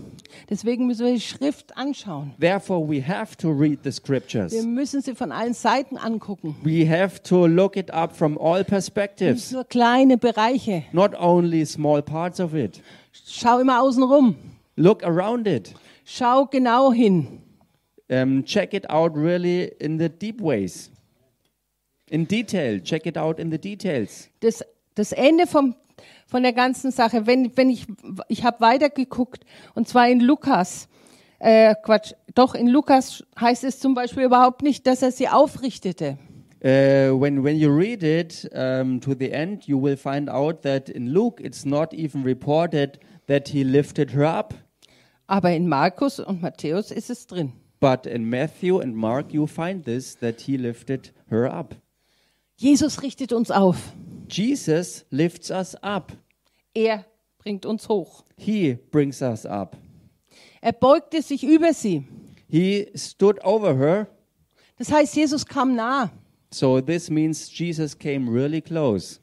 S1: Deswegen müssen wir die Schrift anschauen.
S2: Therefore, we have to read the scriptures.
S1: Wir müssen sie von allen Seiten angucken.
S2: We have to look it up from all
S1: Nicht
S2: perspectives,
S1: nur kleine Bereiche.
S2: not only small parts of it.
S1: Schau immer außen rum.
S2: Look around it.
S1: Schau genau hin.
S2: Um, check it out really in the deep ways. In detail. Check it out in the details.
S1: Das, das Ende vom, von der ganzen Sache, wenn, wenn ich, ich habe weitergeguckt, und zwar in Lukas. Äh, Quatsch, doch in Lukas heißt es zum Beispiel überhaupt nicht, dass er sie aufrichtete.
S2: Uh, when, when you read it um, to the end, you will find out that in Luke it's not even reported that he lifted her up.
S1: Aber in Markus und Matthäus ist es drin.
S2: But in Matthew and Mark, you find this that he lifted her up.
S1: Jesus richtet uns auf.
S2: Jesus lifts us up.
S1: Er bringt uns hoch.
S2: He brings us up.
S1: Er beugte sich über sie.
S2: He stood over her.
S1: Das heißt, Jesus kam nah.
S2: So this means Jesus came really close.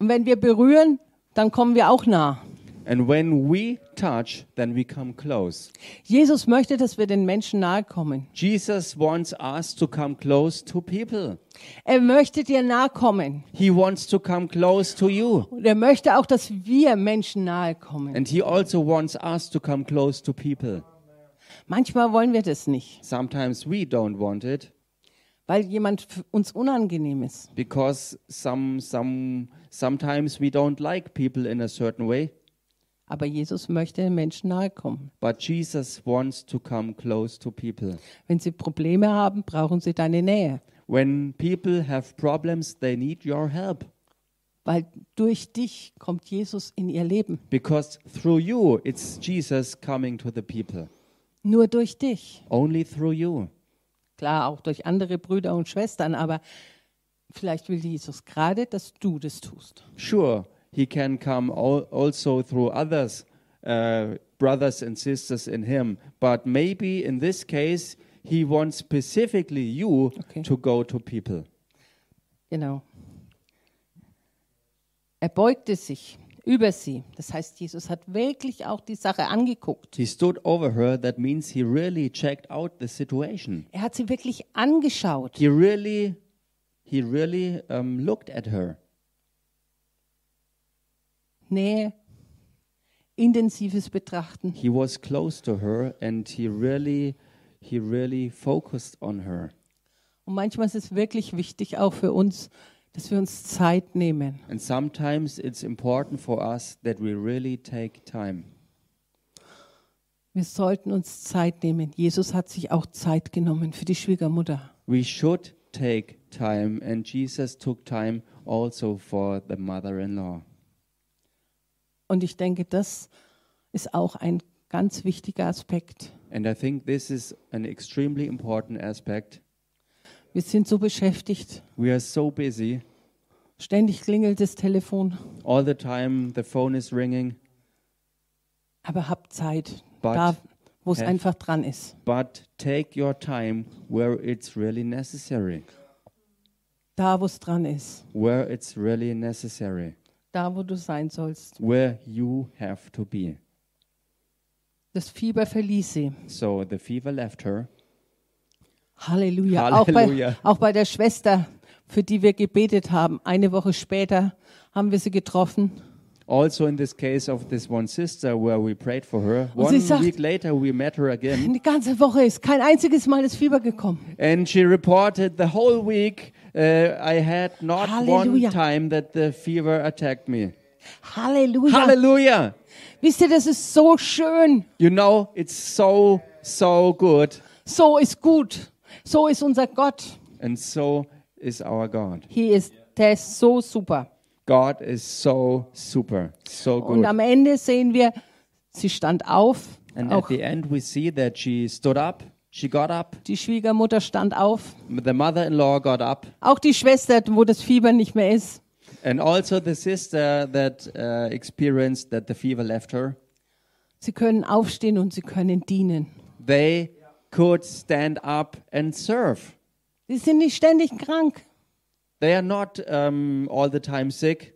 S1: Und wenn wir berühren, dann kommen wir auch nah.
S2: And when we touch, then we come close.
S1: Jesus möchte, dass wir den Menschen nahe kommen.
S2: Jesus wants us to come close to people.
S1: Er möchte dir nahe kommen.
S2: He wants to come close to you.
S1: Und er möchte auch, dass wir Menschen nahe kommen.
S2: And he also wants us to come close to people.
S1: Manchmal wollen wir das nicht,
S2: Sometimes we don't want it
S1: weil jemand f- uns unangenehm ist.
S2: because some some sometimes we don't like people in a certain way,
S1: Aber Jesus möchte den Menschen nahe kommen.
S2: but Jesus wants to come close to people.
S1: Wenn sie Probleme haben, brauchen sie deine Nähe,
S2: When people have problems, they need your help
S1: weil durch dich kommt Jesus in ihr Leben.
S2: because through you it's Jesus coming to the people.
S1: Nur durch dich.
S2: Only through you.
S1: Klar, auch durch andere Brüder und Schwestern, aber vielleicht will Jesus gerade, dass du das tust.
S2: Sure, he can come al- also through others, uh, brothers and sisters in him. But maybe in this case, he wants specifically you
S1: Okay.
S2: to go to people.
S1: Genau. Er beugte sich über sie. Das heißt, Jesus hat wirklich auch die Sache angeguckt.
S2: He stood over her. That means he really checked out the situation.
S1: Er hat sie wirklich angeschaut.
S2: He really, he really um, looked at her.
S1: Nähe, intensives Betrachten.
S2: He was close to her, and he really, he really focused on her.
S1: Und manchmal ist es wirklich wichtig, auch für uns, dass wir uns Zeit nehmen.
S2: And sometimes it's important for us that we really take time.
S1: Wir sollten uns Zeit nehmen. Jesus hat sich auch Zeit genommen für die Schwiegermutter.
S2: We should take time, and Jesus took time also for the mother in law.
S1: Und ich denke, das ist auch ein ganz wichtiger Aspekt.
S2: And I think this is an extremely important aspect.
S1: Wir sind so beschäftigt.
S2: We are so busy,
S1: Ständig klingelt das Telefon.
S2: all the time the phone is ringing,
S1: Aber habt Zeit,
S2: But
S1: da wo es
S2: have-
S1: einfach dran ist.
S2: but take your time where it's really necessary.
S1: Da, wo es dran ist.
S2: Where it's really necessary.
S1: Da, wo du sein sollst.
S2: Where you have to be.
S1: Das Fieber verließ sie.
S2: So the fever left her.
S1: Halleluja.
S2: Halleluja.
S1: Auch, bei, auch bei der Schwester, für die wir gebetet haben. Eine Woche später haben wir sie getroffen.
S2: Also, in this case of this one sister, where we prayed for her,
S1: Und
S2: one
S1: Oh, sie sagt-
S2: week later we met her again.
S1: Die ganze Woche ist kein einziges Mal das Fieber gekommen.
S2: And she reported the whole week uh, I had not
S1: Hallelujah.
S2: one time that the fever attacked me.
S1: Halleluja.
S2: Hallelujah!
S1: Wisst ihr, das ist so schön.
S2: You know, it's so, so good,
S1: So ist gut. So ist unser Gott.
S2: and so is our God.
S1: He ist, der ist so super.
S2: God is so super, so
S1: Und
S2: good.
S1: am Ende sehen wir, sie stand auf.
S2: And at
S1: Auch
S2: the end, we see that she stood up, she got up,
S1: die Schwiegermutter stand auf.
S2: the mother in law got up,
S1: Auch die Schwester, wo das Fieber nicht mehr ist.
S2: and also the sister that uh, experienced that the fever left her.
S1: Sie können aufstehen und sie können dienen.
S2: They could stand up and serve.
S1: Sie sind nicht ständig krank.
S2: They are not um, all the time sick,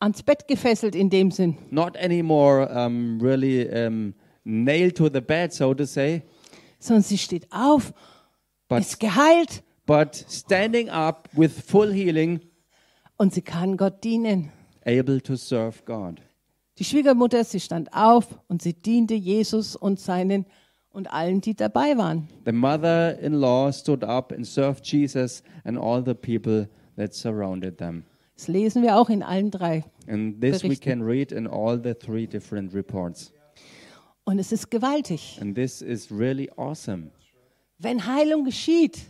S1: Ans Bett gefesselt in dem Sinn.
S2: not anymore um, really um, nailed to the bed, so to say,
S1: Sondern sie steht auf,
S2: but,
S1: ist geheilt
S2: but standing up with full healing,
S1: und sie kann Gott dienen.
S2: able to serve God.
S1: Die Schwiegermutter, sie stand auf und sie diente Jesus und seinen und allen, die dabei waren.
S2: The mother in law stood up and served Jesus and all the people that surrounded them.
S1: Das lesen wir auch in allen drei.
S2: And this we
S1: Berichten.
S2: can read in all the three different reports.
S1: Und es ist gewaltig.
S2: And this is really awesome.
S1: Wenn Heilung geschieht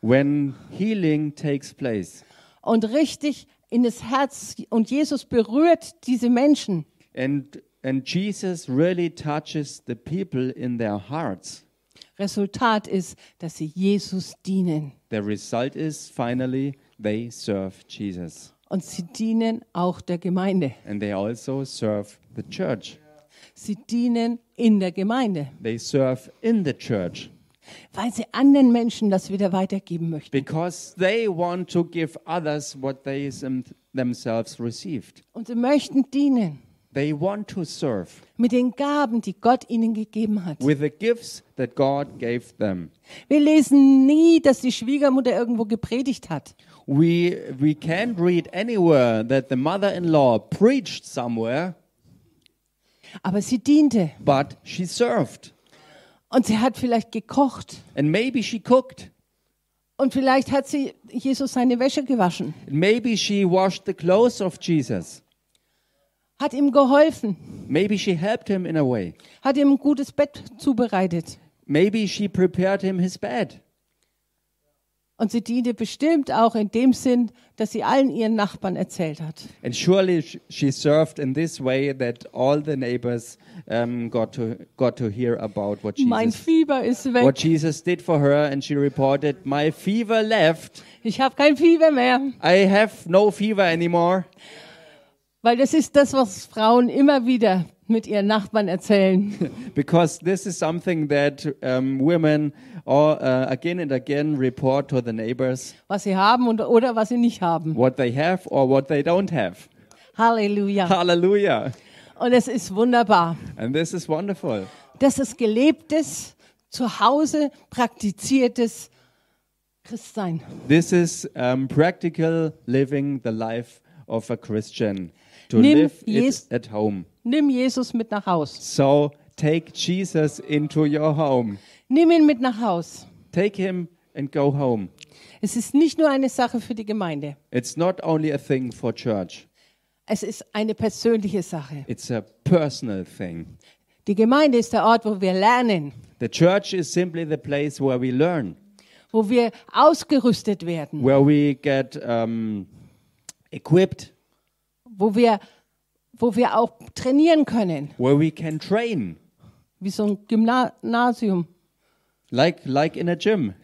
S2: When healing takes place
S1: und richtig in das Herz und Jesus berührt diese Menschen,
S2: and and Jesus really touches the people in their hearts,
S1: Resultat ist, dass sie Jesus dienen.
S2: the result is finally they serve Jesus
S1: Und sie dienen auch der Gemeinde.
S2: and they also serve the church.
S1: Sie dienen in der Gemeinde,
S2: They serve in the church.
S1: weil sie anderen Menschen das wieder weitergeben möchten.
S2: because they want to give others what they sem- themselves received.
S1: Und sie möchten dienen
S2: They want to serve
S1: mit den Gaben, die Gott ihnen gegeben hat.
S2: with the gifts that God gave them.
S1: Wir lesen nie, dass die Schwiegermutter irgendwo gepredigt hat.
S2: We, we can't read anywhere that the mother in law preached somewhere,
S1: Aber sie diente.
S2: but she served.
S1: Und sie hat vielleicht gekocht.
S2: And maybe she cooked.
S1: Und vielleicht hat sie Jesus seine Wäsche gewaschen.
S2: And Maybe she washed the clothes of Jesus.
S1: Hat ihm geholfen.
S2: Maybe she helped him in a way.
S1: Hat ihm ein gutes Bett zubereitet.
S2: Maybe she prepared him his bed.
S1: Und sie diente bestimmt auch in dem Sinn, dass sie allen ihren Nachbarn erzählt hat.
S2: And surely sh- she served in this way that all the neighbors um, got to got to hear about what
S1: Mein
S2: Jesus
S1: Fieber ist weg.
S2: what Jesus did for her, and she reported, "My fever left.
S1: Ich habe kein Fieber mehr.
S2: I have no fever anymore."
S1: Weil das ist das, was Frauen immer wieder mit ihren Nachbarn erzählen.
S2: Because this is something that um, women all, uh, again and again report to the neighbors
S1: Was sie haben und, oder was sie nicht haben.
S2: what they have or what they don't have.
S1: Halleluja.
S2: Hallelujah!
S1: Und es ist wunderbar.
S2: And this is wonderful.
S1: dass es gelebtes, zu Hause praktiziertes Christsein.
S2: This is um, practical living the life of a Christian to
S1: Nimm
S2: live it
S1: Jes-
S2: at home.
S1: Nimm Jesus mit nach Haus.
S2: So take Jesus into your home.
S1: Nimm ihn mit nach Haus.
S2: Take him and go home.
S1: Es ist nicht nur eine Sache für die Gemeinde.
S2: It's not only a thing for church.
S1: Es ist eine persönliche Sache.
S2: It's a personal thing.
S1: Die Gemeinde ist der Ort, wo wir lernen,
S2: The church is simply the place where we learn,
S1: wo wir ausgerüstet werden,
S2: where we get um, equipped,
S1: wo wir, wo wir auch trainieren können,
S2: where we can train,
S1: wie so ein Gymnasium.
S2: like like in a gym.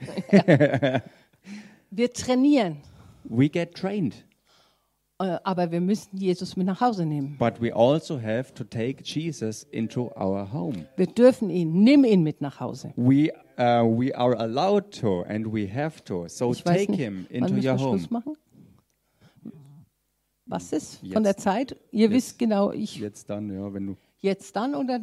S1: Wir trainieren,
S2: We get trained,
S1: äh, aber wir müssen Jesus mit nach Hause nehmen.
S2: but we also have to take Jesus into our home.
S1: Wir dürfen ihn, nimm ihn mit nach Hause.
S2: We uh, we are allowed to and we have to. So
S1: Ich weiß
S2: take
S1: nicht,
S2: him
S1: wann
S2: into
S1: müssen
S2: your
S1: wir
S2: home.
S1: Schluss machen? Was ist
S2: Jetzt.
S1: von der Zeit? Ihr
S2: Jetzt.
S1: wisst genau, ich
S2: Jetzt dann, ja, wenn du
S1: jetzt dann oder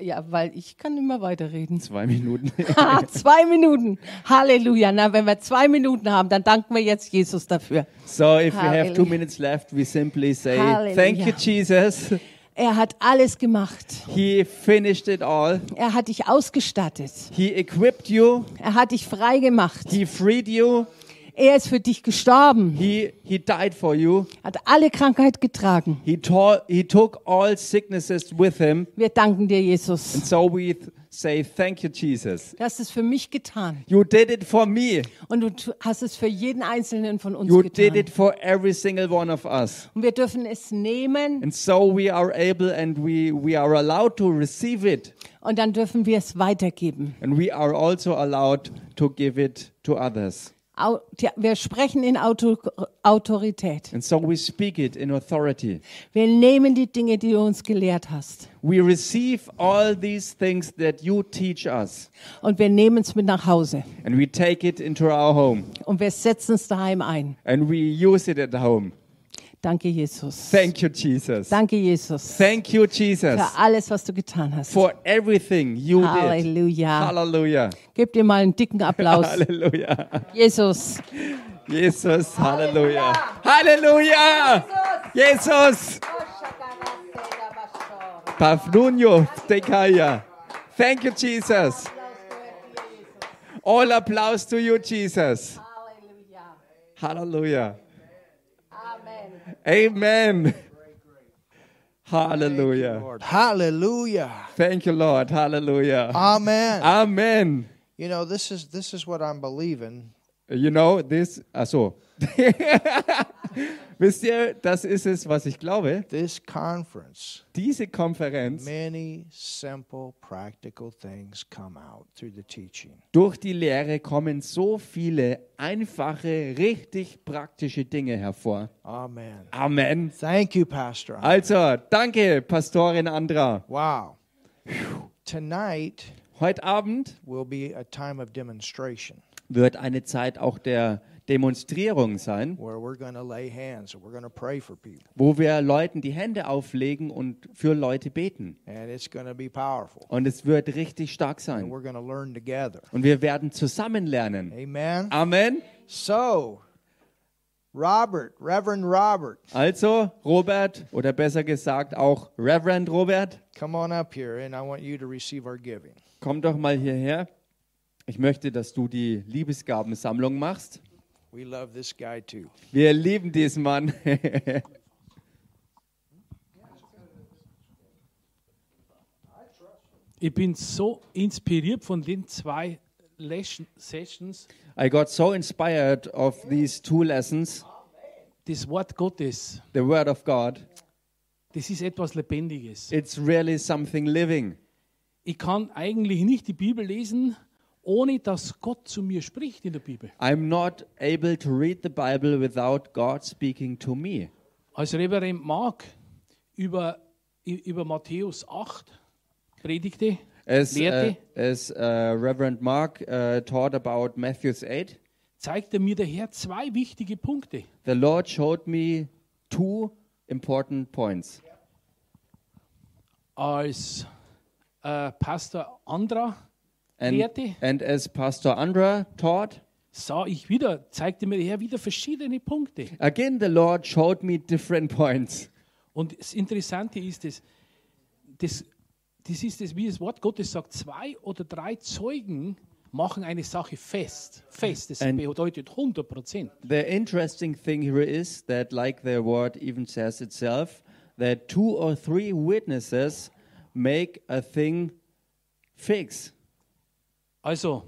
S1: ja, weil ich kann immer weiterreden.
S2: zwei Minuten.
S1: Ha, zwei Minuten. Halleluja. Na, wenn wir zwei Minuten haben, dann danken wir jetzt Jesus dafür.
S2: so if we have two
S1: Hallelujah.
S2: minutes left, we simply say,
S1: Hallelujah.
S2: "Thank you, Jesus.
S1: Er hat alles gemacht.
S2: He finished it all.
S1: Er hat dich ausgestattet.
S2: He equipped you.
S1: Er hat dich frei gemacht.
S2: He freed you.
S1: Er ist für dich gestorben,
S2: He, he died for you.
S1: hat alle Krankheit getragen.
S2: He, taught, he took all sicknesses with him.
S1: Wir danken dir, Jesus.
S2: And so we th- say, Thank you, Jesus.
S1: Du hast es für mich getan
S2: You did it for me.
S1: und du tu- hast es für jeden Einzelnen von uns
S2: You did
S1: getan.
S2: it for every single one of us.
S1: Und wir dürfen es nehmen
S2: And so we are able and we, we are allowed to receive it.
S1: und dann dürfen wir es weitergeben.
S2: And we are also allowed to give it to others.
S1: Au- tja, Wir sprechen in Auto Autorität.
S2: And so we speak it in authority.
S1: Wir nehmen die Dinge, die du uns gelehrt hast
S2: We receive all these things that you teach us
S1: und wir nehmen es mit nach Hause
S2: and we take it into our home
S1: und wir setzen es daheim ein.
S2: and we use it at home.
S1: Danke, Jesus.
S2: Thank you, Jesus.
S1: Danke, Jesus,
S2: Thank you, Jesus,
S1: für alles, was du getan hast.
S2: for everything you did.
S1: Halleluja.
S2: Hallelujah.
S1: Gib dir mal einen dicken Applaus.
S2: Hallelujah.
S1: Jesus.
S2: Jesus, Halleluja. Halleluja. Jesus. Pavnunio Dekaya. Thank you, Jesus. All applause to you, Jesus. Hallelujah. Amen. Hallelujah.
S3: Hallelujah.
S2: Thank you, Lord. Hallelujah.
S3: Amen.
S2: Amen.
S3: You know, this is this is what I'm believing.
S2: You know, this, ach so. Wisst ihr, das ist es, was ich glaube.
S3: This conference,
S2: Diese Konferenz,
S3: many simple, practical things come out through the teaching.
S2: durch die Lehre kommen so viele einfache, richtig praktische Dinge hervor.
S3: Amen.
S2: Amen.
S3: Thank you, Pastor.
S2: Also, danke, Pastorin Andra.
S3: wow. Tonight
S2: Heute Abend
S3: will be a time of demonstration
S2: wird eine Zeit auch der Demonstrierung sein,
S3: where we're going to lay hands and we're going to pray for people.
S2: wo wir Leuten die Hände auflegen und für Leute beten.
S3: And it's going to be powerful.
S2: Und es wird richtig stark
S3: And
S2: sein.
S3: we're going to learn together.
S2: Und wir werden zusammen lernen.
S3: Amen.
S2: Amen.
S3: So, Robert, Reverend Robert,
S2: Also, Robert, oder besser gesagt auch Reverend Robert,
S3: come on up here and I want you to receive our giving.
S2: komm doch mal hierher. Ich möchte, dass du die Liebesgabensammlung machst.
S3: We love this guy too.
S2: Wir lieben diesen Mann.
S4: Ich bin so inspiriert von den zwei Lesch- Sessions,
S2: I got so inspired of these two lessons,
S4: das Wort Gottes.
S2: the Word of God.
S4: Das ist etwas Lebendiges.
S2: It's really something living.
S4: Ich kann eigentlich nicht die Bibel lesen, ohne dass Gott zu mir spricht in der Bibel.
S2: I'm not able to read the Bible without God speaking to me.
S4: Als Reverend Mark über, über Matthäus 8 predigte,
S2: As, uh,
S4: lehrte,
S2: as uh, Reverend Mark uh, taught about Matthew's 8,
S4: zeigte mir der Herr zwei wichtige Punkte.
S2: the Lord showed me two important points.
S4: Als äh, Pastor Andra
S2: And,
S4: Lehrte.
S2: and as Pastor Andra taught,
S4: sah ich wieder, zeigte mir der Herr wieder verschiedene Punkte.
S2: again the Lord showed me different points.
S4: Und das Interessante ist es, das, das ist es, wie das Wort Gottes sagt, zwei oder drei Zeugen machen eine Sache fest. Fest, das
S2: Ein-
S4: bedeutet 100 Prozent.
S2: The interesting thing here is that, like the word even says itself, that two or three witnesses make a thing fix.
S4: Also,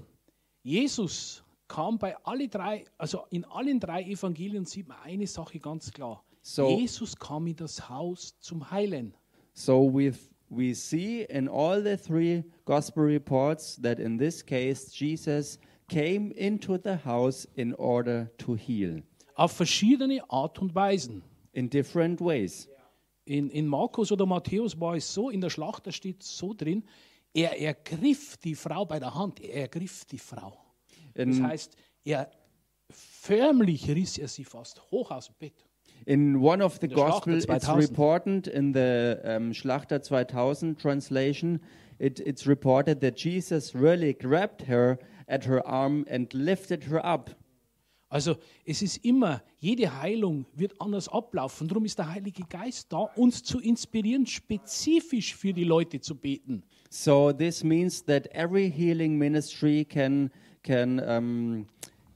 S4: Jesus kam bei alle drei, also in allen drei Evangelien sieht man eine Sache ganz klar.
S2: So-
S4: Jesus kam in das Haus zum Heilen.
S2: So we we see in all the three gospel reports that in this case Jesus came into the house in order to heal
S4: Auf verschiedene Art und Weisen.
S2: in different ways.
S4: In, in Markus oder Matthäus war es so, in der Schlacht, da steht so drin, er ergriff die Frau bei der Hand, er ergriff die Frau. Das
S2: In-
S4: heißt, er förmlich riss er sie fast hoch aus dem Bett.
S2: In one of the
S4: In der Schlachter
S2: Gospels, it's
S4: 2000.
S2: reported in the um, Schlachter 2000 translation, it, it's reported that Jesus really grabbed her at her arm and lifted her up.
S4: Also es ist immer, jede Heilung wird anders ablaufen. Darum ist der Heilige Geist da, uns zu inspirieren, spezifisch für die Leute zu beten.
S2: So this means that every healing ministry can can um,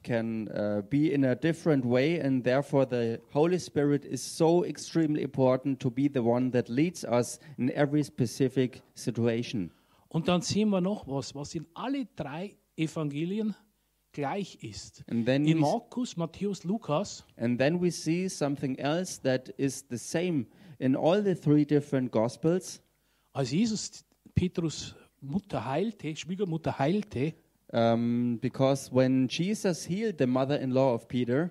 S2: can uh, be in a different way, and therefore the Holy Spirit is so extremely important to be the one that leads us in every specific situation.
S4: Und dann sehen wir noch was, was in alle drei Evangelien gleich ist.
S2: And then
S4: in
S2: we-
S4: Markus, Matthäus, Lukas
S2: And then we see something else that is the same in all the three different Gospels.
S4: Als Jesus Petrus Mutter heilte, Schwiegermutter heilte,
S2: Um, because when Jesus healed the mother in law of Peter,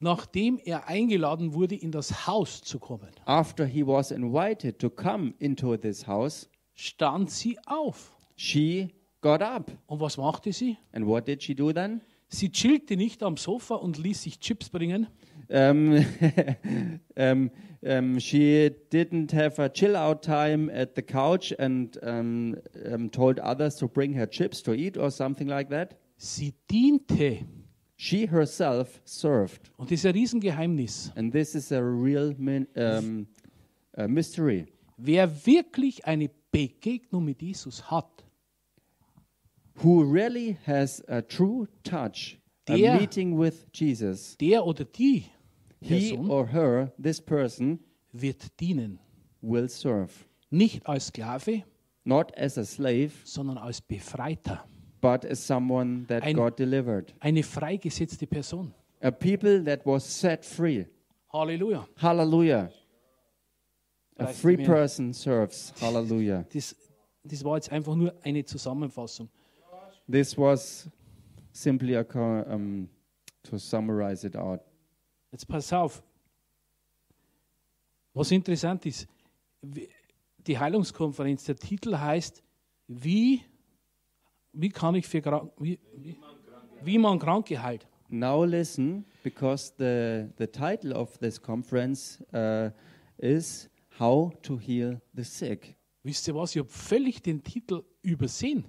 S4: nachdem er eingeladen wurde, in das Haus zu kommen,
S2: after he was invited to come into this house,
S4: stand sie auf.
S2: she got up.
S4: Und was machte sie?
S2: And what did she do then?
S4: Sie chillte nicht am Sofa und ließ sich Chips bringen,
S2: Um, um, um, she didn't have a chill out time at the couch and um, um, told others to bring her chips to eat or something like that.
S4: sie diente.
S2: She herself served.
S4: Und das ist ein Riesengeheimnis.
S2: And this is a real min- um, a mystery.
S4: Wer wirklich eine Begegnung mit Jesus hat,
S2: Who really has a true touch, a
S4: Der-
S2: meeting with Jesus,
S4: der oder die
S2: he
S4: Person
S2: or her, this person,
S4: wird dienen.
S2: will serve.
S4: Nicht als Sklave,
S2: Not as a slave,
S4: sondern als Befreiter.
S2: but as someone that
S4: Ein-
S2: God delivered.
S4: Eine freigesetzte Person.
S2: A people that was set free.
S4: Halleluja.
S2: Hallelujah. A
S4: Praise
S2: free
S4: the Lord.
S2: person serves. Hallelujah.
S4: Das, das war jetzt einfach nur eine Zusammenfassung.
S2: This was simply a co- um, to summarize it out.
S4: Jetzt pass auf. Was interessant ist, wie- die Heilungskonferenz, der Titel heißt, wie, wie kann ich für krank, wie, wie, wie man Kranke heilt.
S2: Now listen, because the the title of this conference uh, is "How to Heal the Sick."
S4: Wisst ihr was? Ich habe völlig den Titel übersehen.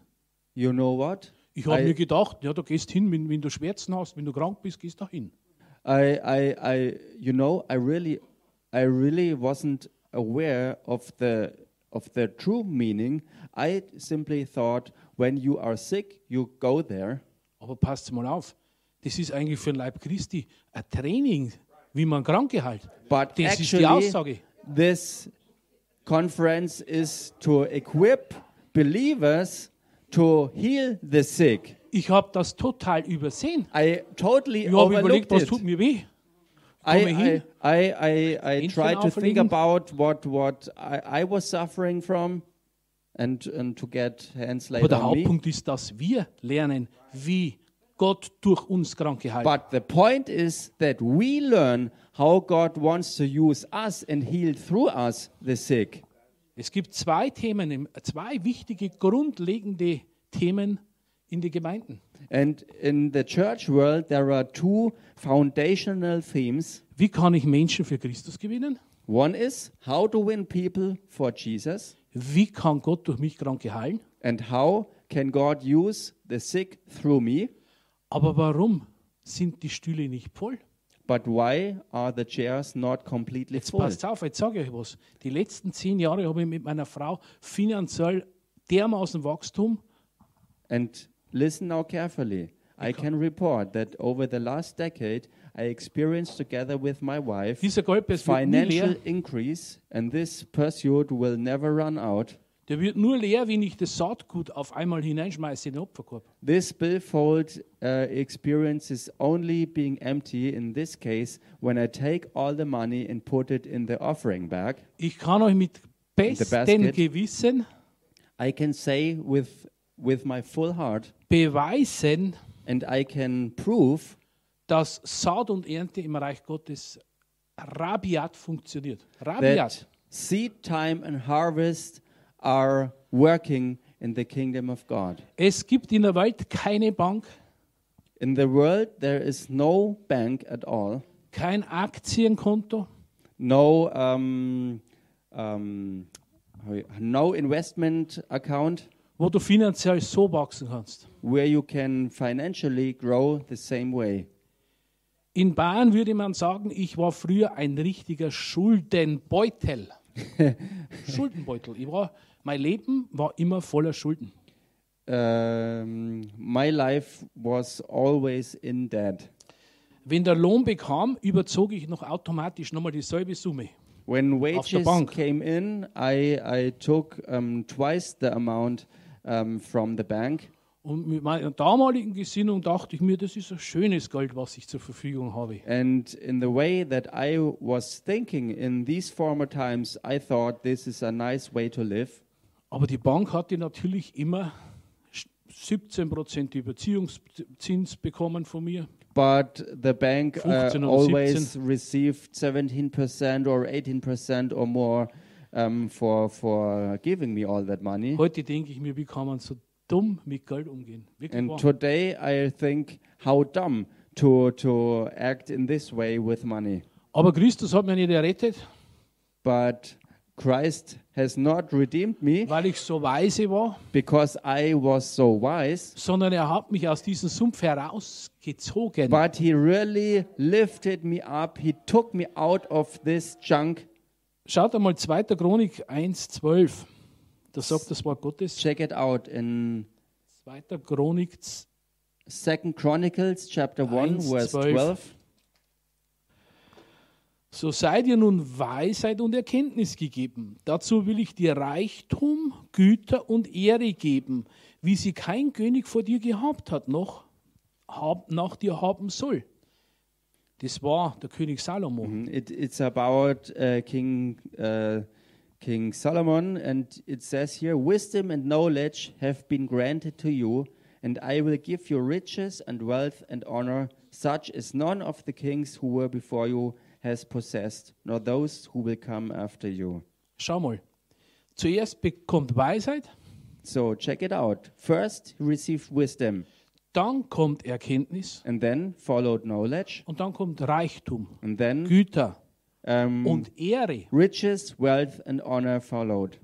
S2: You know what?
S4: Ich habe
S2: I-
S4: mir gedacht, ja, da gehst hin, wenn, wenn du Schmerzen hast, wenn du krank bist, gehst da hin.
S2: I, I, I, you know, I really, I really wasn't aware of the of the true meaning. I simply thought when you are sick, you go there.
S4: Aber passt mal auf, das ist eigentlich für den Leib Christi ein Training, wie man Kranke heilt.
S2: But
S4: das ist die
S2: actually,
S4: Aussage.
S2: this conference is to equip believers to heal the sick.
S4: Ich habe das total übersehen.
S2: I totally
S4: Ich habe
S2: overlooked
S4: überlegt, was
S2: it.
S4: tut mir weh.
S2: I,
S4: Komme hin.
S2: I, I, I, I
S4: Händchen
S2: tried to think
S4: auflegen.
S2: about what, what I, I was suffering from and, and to get hands
S4: Aber
S2: laid
S4: der
S2: on me.
S4: Hauptpunkt ist, dass wir lernen, wie Gott durch uns Kranke heilt.
S2: But the point is that we learn how God wants to use us and heal through us the sick.
S4: es gibt zwei Themen, im- zwei wichtige, grundlegende Themen in den Gemeinden.
S2: And in the church world, there are two foundational themes.
S4: Wie kann ich Menschen für Christus gewinnen?
S2: One is how to win people for Jesus,
S4: Wie kann Gott durch mich Kranke heilen?
S2: and how can God use the sick through me.
S4: Aber warum sind die Stühle nicht voll?
S2: But why are the chairs not completely
S4: Jetzt
S2: full?
S4: passt auf, jetzt sage ich euch was. Die letzten zehn Jahre habe ich mit meiner Frau finanziell dermaßen Wachstum.
S2: And listen now carefully. I can report that over the last decade, I experienced together with my wife
S4: Dieser Goldpreis wird nie
S2: financial
S4: leer.
S2: increase, and this pursuit will never run out.
S4: Der wird nur leer, wenn ich das Saatgut auf einmal hineinschmeiße in den Opferkorb.
S2: This billfold uh, experience is only being empty in this case when I take all the money and put it in the offering bag.
S4: Ich kann euch mit bestem
S2: basket.
S4: Gewissen
S2: I can say with, with my full heart,
S4: beweisen,
S2: and I can prove
S4: dass Saat und Ernte im Reich Gottes rabiat funktioniert.
S2: that
S4: Rabiat.
S2: seed time and harvest are working in the kingdom of God.
S4: Es gibt in der Welt keine Bank,
S2: In the world, there is no bank at all,
S4: kein Aktienkonto,
S2: no, um, um, how you- no investment account
S4: wo du finanziell so wachsen kannst.
S2: where you can financially grow the same way.
S4: In Bayern würde man sagen, ich war früher ein richtiger Schuldenbeutel. Schuldenbeutel. Ich war, mein Leben war immer voller Schulden.
S2: um, my life was always in debt.
S4: Wenn der Lohn bekam, überzog ich noch automatisch nochmal dieselbe Summe.
S2: When
S4: Auf
S2: wages
S4: der Bank.
S2: came in, I, I took um, twice the amount um, from the bank.
S4: Und mit meiner damaligen Gesinnung dachte ich mir, das ist ein schönes Geld, was ich zur Verfügung habe.
S2: And in the way that I was thinking in these former times, I thought this is a nice way to live.
S4: Aber die Bank hatte natürlich immer sch- 17% Überziehungszins bekommen von mir.
S2: But the bank uh,
S4: 15 oder
S2: always received 17% or 18% or more um, for, for giving me all that money.
S4: Heute denke ich mir, wie kann man so dumm mit Geld umgehen? Wirklich
S2: And
S4: wahr.
S2: today I think how dumb to, to act in this way with money.
S4: Aber Christus hat mich nicht errettet,
S2: But Christ has not redeemed me
S4: weil ich so weise war,
S2: because I was so wise,
S4: sondern er hat mich aus diesem Sumpf herausgezogen.
S2: but He really lifted me up. He took me out of this junk.
S4: Schaut einmal 2. Chronik 1,12. Da sagt das Wort Gottes.
S2: Check it out in
S4: 2. Chronik z-
S2: Second Chronicles chapter 1
S4: 1,
S2: verse
S4: 12.
S2: 12.
S4: So sei dir nun Weisheit und Erkenntnis gegeben. Dazu will ich dir Reichtum, Güter und Ehre geben, wie sie kein König vor dir gehabt hat, noch hab, nach dir haben soll. Das war der König Salomo.
S2: It, it's about uh, King uh, King Solomon, and it says here, "Wisdom and knowledge have been granted to you, and I will give you riches and wealth and honor, such as none of the kings who were before you has possessed, nor those who will come after you."
S4: Schau mal. Zuerst bekommt Weisheit,
S2: So check it out. First, he received wisdom,
S4: dann kommt Erkenntnis
S2: and then followed knowledge,
S4: und dann kommt Reichtum,
S2: and then
S4: Güter
S2: um,
S4: und Ehre.
S2: riches, wealth, and honor followed.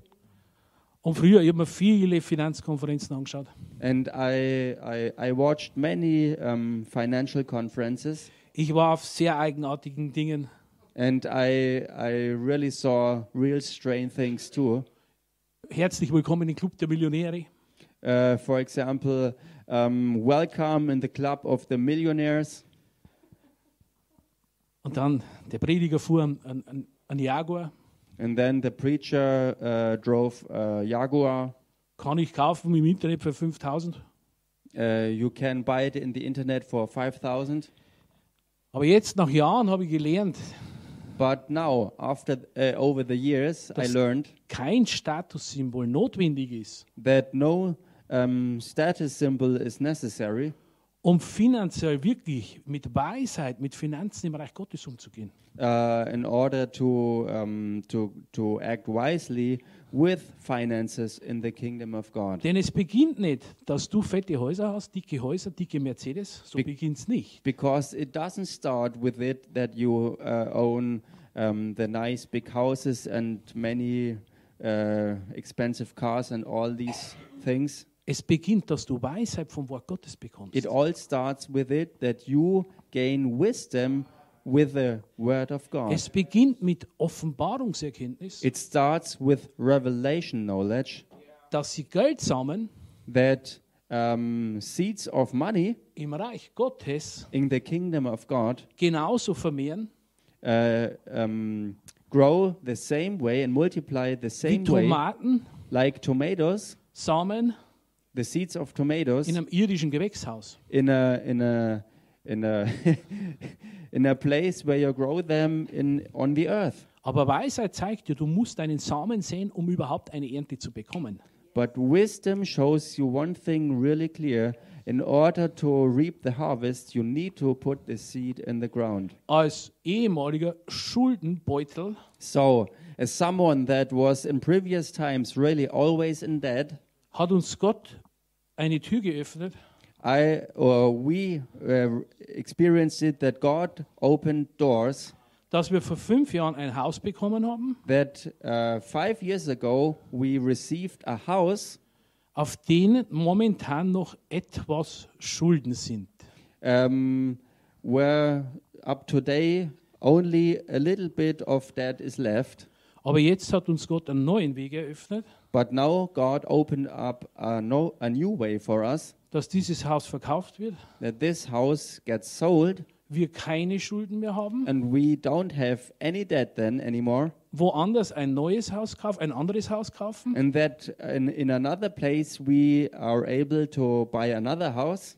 S4: Und früher, ich habe mir viele Finanzkonferenzen angeschaut.
S2: And I, I, I watched many um, financial conferences,
S4: Ich war auf sehr eigenartigen Dingen.
S2: and I, I really saw real strange things too.
S4: Herzlich willkommen im Club der Millionäre.
S2: Uh, for example, um, welcome in the club of the millionaires,
S4: Und dann der Prediger fuhr einen, einen, einen Jaguar.
S2: and then the preacher uh, drove a Jaguar.
S4: Kann ich kaufen im Internet für 5000.
S2: Uh, you can buy it in the internet for five thousand.
S4: Aber jetzt, nach Jahren, habe ich gelernt,
S2: But now, after uh, over the years, I
S4: Das-
S2: learned
S4: kein Statussymbol notwendig ist,
S2: that no um, status symbol is necessary.
S4: um finanziell wirklich mit Weisheit, mit Finanzen im Reich Gottes umzugehen.
S2: uh, in order to um, to to act wisely with finances in the kingdom of God.
S4: Denn es beginnt nicht, dass du fette Häuser hast, dicke Häuser, dicke Mercedes. So
S2: Be-
S4: beginnt es nicht.
S2: Because it doesn't start with it that you uh, own um, the nice big houses and many uh, expensive cars and all these things.
S4: Es beginnt, dass du Weisheit vom Wort Gottes bekommst.
S2: It all starts with it that you gain wisdom with the word of God.
S4: Es beginnt mit Offenbarungserkenntnis,
S2: It starts with revelation knowledge
S4: dass sie Geld sammeln
S2: that um, seeds of money
S4: im Reich Gottes
S2: in the kingdom of God
S4: genauso vermehren,
S2: uh, um, grow the same way and multiply the
S4: wie
S2: same way,
S4: Tomaten,
S2: like tomatoes,
S4: Samen
S2: the seeds of tomatoes
S4: in einem irdischen Gewächshaus.
S2: in a in a in a in a place where you grow them in on the earth.
S4: Aber Weisheit zeigt dir, du musst deinen Samen säen, um überhaupt eine Ernte zu bekommen.
S2: But wisdom shows you one thing really clear. In order to reap the harvest, you need to put the seed in the ground.
S4: Als ehemaliger Schuldenbeutel
S2: So, as someone that was in previous times really always in debt,
S4: hat uns Gott eine Tür geöffnet,
S2: I or we uh, experienced it that God opened doors
S4: dass wir vor fünf Jahren ein Haus bekommen haben,
S2: that uh, five years ago we received a house
S4: auf denen momentan noch etwas Schulden sind.
S2: um, where up today only a little bit of debt is left.
S4: Aber jetzt hat uns Gott einen neuen Weg eröffnet,
S2: But now God opened up a, no, a new way for us
S4: dass dieses Haus verkauft wird,
S2: that this house gets sold
S4: wir keine Schulden mehr haben,
S2: and we don't have any debt then anymore,
S4: woanders ein neues Haus kaufen, ein anderes Haus kaufen
S2: and that in, in another place we are able to buy another house,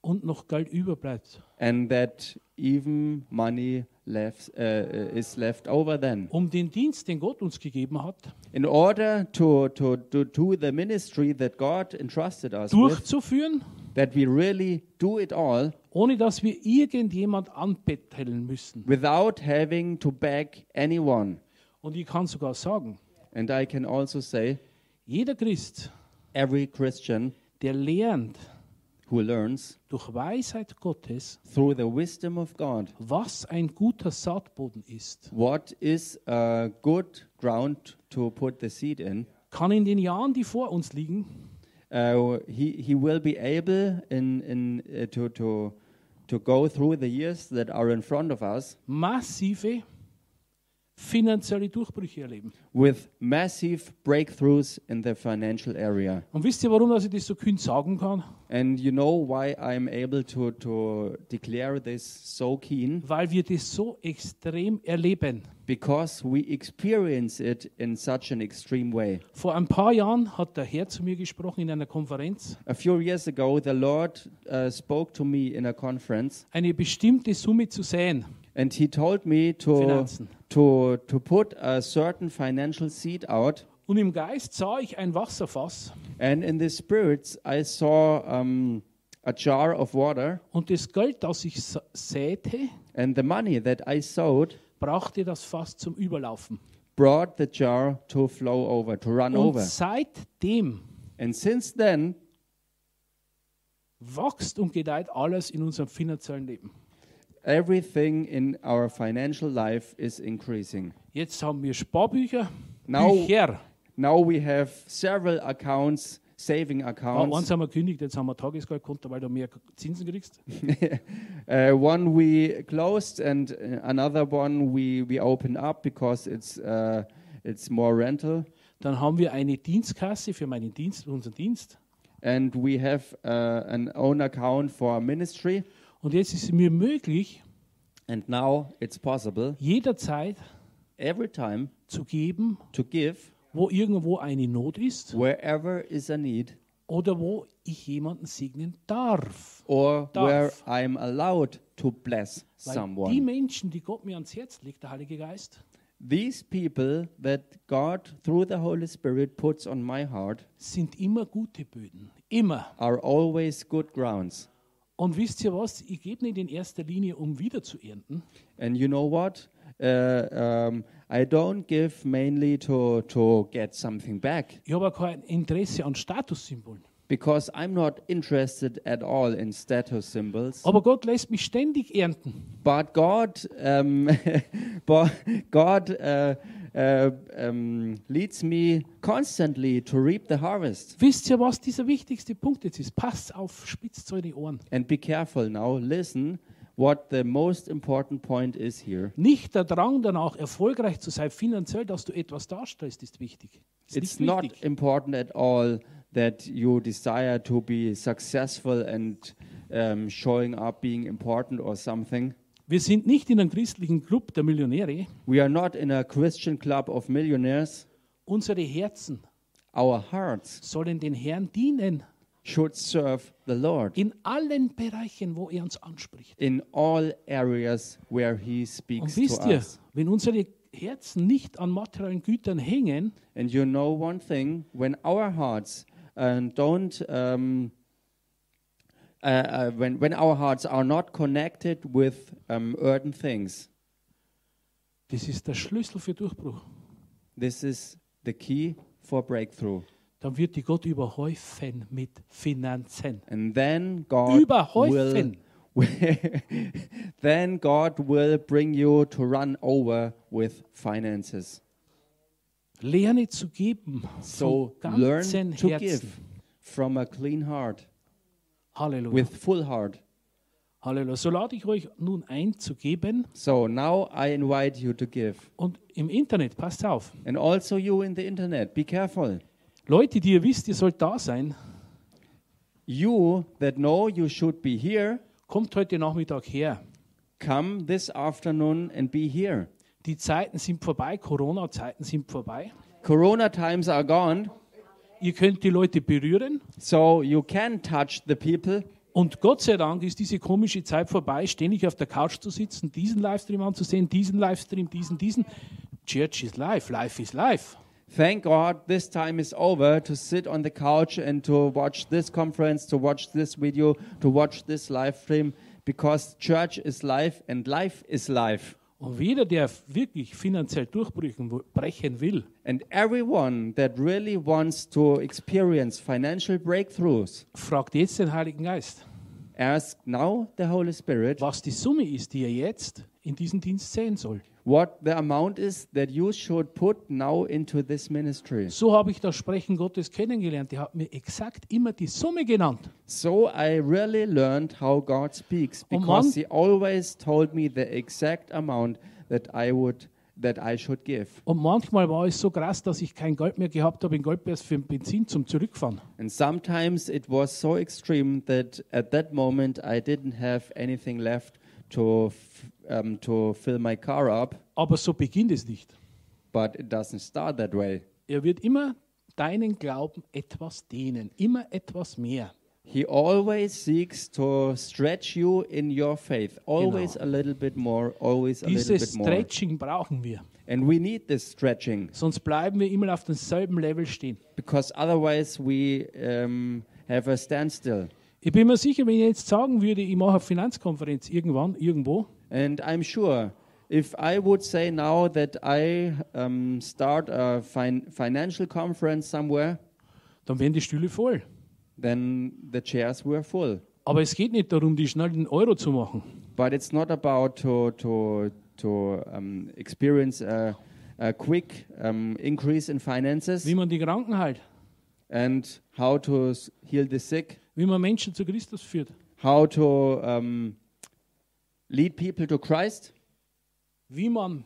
S4: und noch Geld überbleibt,
S2: and that even money left, uh, is left over then.
S4: um den Dienst, den Gott uns gegeben hat,
S2: In order to, to, to do the ministry that God entrusted us with,
S4: durchzuführen,
S2: that we really do it all
S4: ohne dass wir irgendjemand anbetteln müssen.
S2: without having to beg anyone.
S4: Und ich kann sogar sagen,
S2: And I can also say,
S4: jeder Christ,
S2: every Christian
S4: der lernt
S2: who learns
S4: durch Weisheit Gottes,
S2: through the wisdom of God
S4: was ein guter Saatboden ist,
S2: what is a good ground to put the seed in,
S4: kann in den Jahren, die vor uns liegen,
S2: uh, he, he will be able in, in, uh, to, to, to go through the years that are in front of us
S4: massive finanzielle Durchbrüche erleben.
S2: with massive breakthroughs in the financial area.
S4: Und wisst ihr, warum dass ich das so kühn sagen kann?
S2: And you know why I'm able to, to declare this so keen?
S4: Weil wir das so extrem erleben.
S2: Because we experience it in such an extreme way.
S4: Vor ein paar Jahren hat der Herr zu mir gesprochen in einer Konferenz.
S2: A few years ago, the Lord uh, spoke to me in a conference,
S4: Eine bestimmte Summe zu säen.
S2: and He told me to,
S4: Finanzen.
S2: to, to put a certain financial seed out.
S4: Und im Geist sah ich ein Wasserfass
S2: And in the spirits, I saw um, a jar of water,
S4: und das Geld, das ich sa- säte,
S2: and the money that I sowed
S4: brachte das Fass zum Überlaufen.
S2: brought the jar to flow over, to run
S4: Und
S2: over.
S4: seitdem
S2: And since then,
S4: wächst und gedeiht alles in unserem finanziellen Leben.
S2: Everything in our financial life is increasing.
S4: Jetzt haben wir Sparbücher,
S2: Now-
S4: Bücher.
S2: Now we have several accounts, saving
S4: Ah, eins
S2: accounts.
S4: haben wir gekündigt, jetzt haben wir Tagesgeldkonto, weil du mehr Zinsen kriegst.
S2: Uh, one we closed, and uh, another one we, we opened up because it's, uh, it's more rental.
S4: Dann haben wir eine Dienstkasse für meinen Dienst, unseren Dienst.
S2: And we have uh, an own account for our ministry.
S4: Und jetzt ist es mir möglich,
S2: And now it's possible
S4: jederzeit
S2: every time
S4: zu geben,
S2: to give
S4: wo irgendwo eine Not ist
S2: wherever is a need
S4: oder wo ich jemanden segnen darf.
S2: or
S4: Darf.
S2: where I'm allowed to bless
S4: Weil die
S2: someone.
S4: Menschen, die Gott mir ans Herz legt, der Heilige Geist,
S2: These people that God, through the Holy Spirit, puts on my heart
S4: sind immer gute Böden. Immer.
S2: are always good grounds.
S4: Und wisst ihr was? Ich gebe nicht in erster Linie, um wieder zu ernten,
S2: And you know what? Uh, um, I don't give mainly to, to get something back
S4: Ich habe auch kein Interesse an Statussymbolen.
S2: because I'm not interested at all in status symbols.
S4: Aber Gott lässt mich ständig ernten.
S2: But God, um, but God uh, uh, um, leads me constantly to reap the harvest.
S4: Wisst ihr, was dieser wichtigste Punkt jetzt ist? Passt auf, spitzt eure Ohren.
S2: And be careful now. Listen, what the most important point is here.
S4: Nicht der Drang danach, erfolgreich zu sein finanziell, dass du etwas darstellst, ist wichtig. Ist
S2: It's
S4: nicht
S2: not
S4: wichtig.
S2: important at all that you desire to be successful and um, showing up being important or something.
S4: Wir sind nicht in einem christlichen Club der Millionäre.
S2: We are not in a Christian club of millionaires.
S4: Unsere Herzen
S2: Our hearts
S4: sollen den Herrn dienen
S2: should serve the Lord
S4: in allen Bereichen, wo er uns anspricht.
S2: in all areas where He speaks
S4: Und
S2: to
S4: wisst ihr,
S2: us.
S4: wenn unsere Herzen nicht an materiellen Gütern hängen,
S2: And you know one thing: when our hearts um, don't, um, uh, uh, when when our hearts are not connected with um, earthen things,
S4: das ist der Schlüssel für Durchbruch.
S2: This is the key for breakthrough.
S4: dann wird die Gott überhäufen mit Finanzen.
S2: And then God will
S4: Überhäufen.
S2: then God will bring you to run over with finances.
S4: Lerne zu geben
S2: So
S4: vom ganzen
S2: learn to
S4: Herzen.
S2: give from a clean heart
S4: Halleluja.
S2: with full heart.
S4: Halleluja. So lade ich euch nun ein zu geben
S2: So now I invite you to give.
S4: und im Internet, passt auf.
S2: And also you in the internet, be careful.
S4: Leute, die ihr wisst, ihr sollt da sein,
S2: You that know you should be here,
S4: kommt heute Nachmittag her.
S2: come this afternoon and be here.
S4: Die Zeiten sind vorbei, Corona-Zeiten sind vorbei.
S2: Corona times are gone,
S4: Ihr könnt die Leute berühren
S2: so you can touch the people.
S4: und Gott sei Dank ist diese komische Zeit vorbei, ständig auf der Couch zu sitzen, diesen Livestream anzusehen, diesen Livestream, diesen, diesen. Church is life, life is life.
S2: Thank God this time is over to sit on the couch and to watch this conference, to watch this video, to watch this live stream, because church is life and life is life.
S4: Und jeder, der wirklich finanziell durchbrechen will,
S2: And everyone that really wants to experience financial breakthroughs,
S4: fragt jetzt den Heiligen Geist,
S2: ask now the Holy Spirit
S4: was die Summe ist, die er jetzt in diesen Dienst sehen soll.
S2: what the amount is that you should put now into this ministry.
S4: So habe ich das Sprechen Gottes kennengelernt. Er hat mir exakt immer die Summe genannt.
S2: So I really learned how God speaks
S4: Und
S2: because
S4: man-
S2: he always told me the exact amount that I would that I should give.
S4: Und manchmal war es so krass, dass ich kein Geld mehr gehabt habe in Goldbergs für den Benzin zum Zurückfahren.
S2: And sometimes it was so extreme that at that moment I didn't have anything left to f- um, to fill my car up,
S4: Aber so beginnt es nicht.
S2: but it doesn't start that way.
S4: Er wird immer deinen Glauben etwas dehnen, immer etwas mehr.
S2: He always seeks to stretch you in your faith, always a little bit more, always a little
S4: Dieses
S2: bit more.
S4: Stretching brauchen wir,
S2: And we need this stretching
S4: sonst bleiben wir immer auf demselben Level stehen.
S2: because otherwise we um, have a standstill.
S4: Ich bin mir sicher, wenn ich jetzt sagen würde, ich mache eine Finanzkonferenz irgendwann, irgendwo,
S2: And I'm sure if I would say now that I um, start a fin- financial conference somewhere,
S4: dann wären die Stühle voll.
S2: then the chairs were full.
S4: Aber es geht nicht darum, die schnell den Euro zu machen.
S2: But it's not about to to to um, experience a, a quick um, increase in finances
S4: Wie man die Kranken heilt,
S2: and how to s- heal the sick,
S4: wie man Menschen zu Christus führt,
S2: how to um, lead people to Christ,
S4: wie man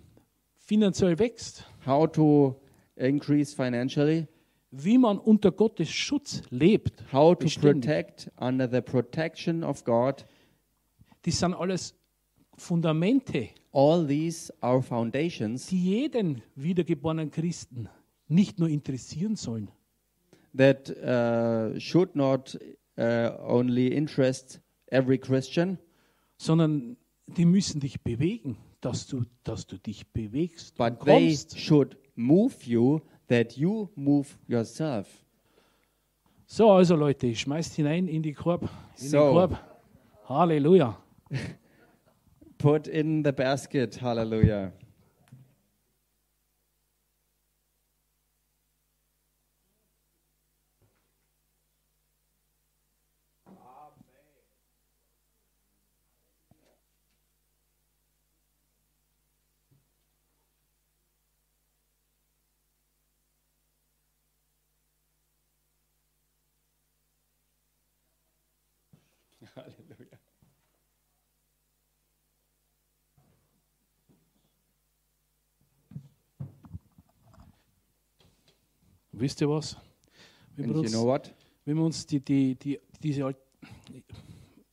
S4: finanziell wächst,
S2: how to increase financially,
S4: wie man unter Gottes Schutz lebt.
S2: how to
S4: Bestimmt.
S2: protect under the protection of God.
S4: Das sind alles Fundamente,
S2: All these are foundations
S4: die jeden wiedergeborenen Christen nicht nur interessieren sollen,
S2: that uh, should not uh, only interest every Christian,
S4: sondern die müssen dich bewegen, dass du, dass du dich bewegst und
S2: but they
S4: kommst.
S2: should move you that you move yourself.
S4: So, also Leute, schmeißt hinein in die Korb. In
S2: So.
S4: den Korb. Halleluja.
S2: Put in the basket, hallelujah.
S4: Wisst ihr was? Wenn
S2: And
S4: wir
S2: you
S4: uns,
S2: know what?
S4: wenn wir uns die, die, die, diese, Alt-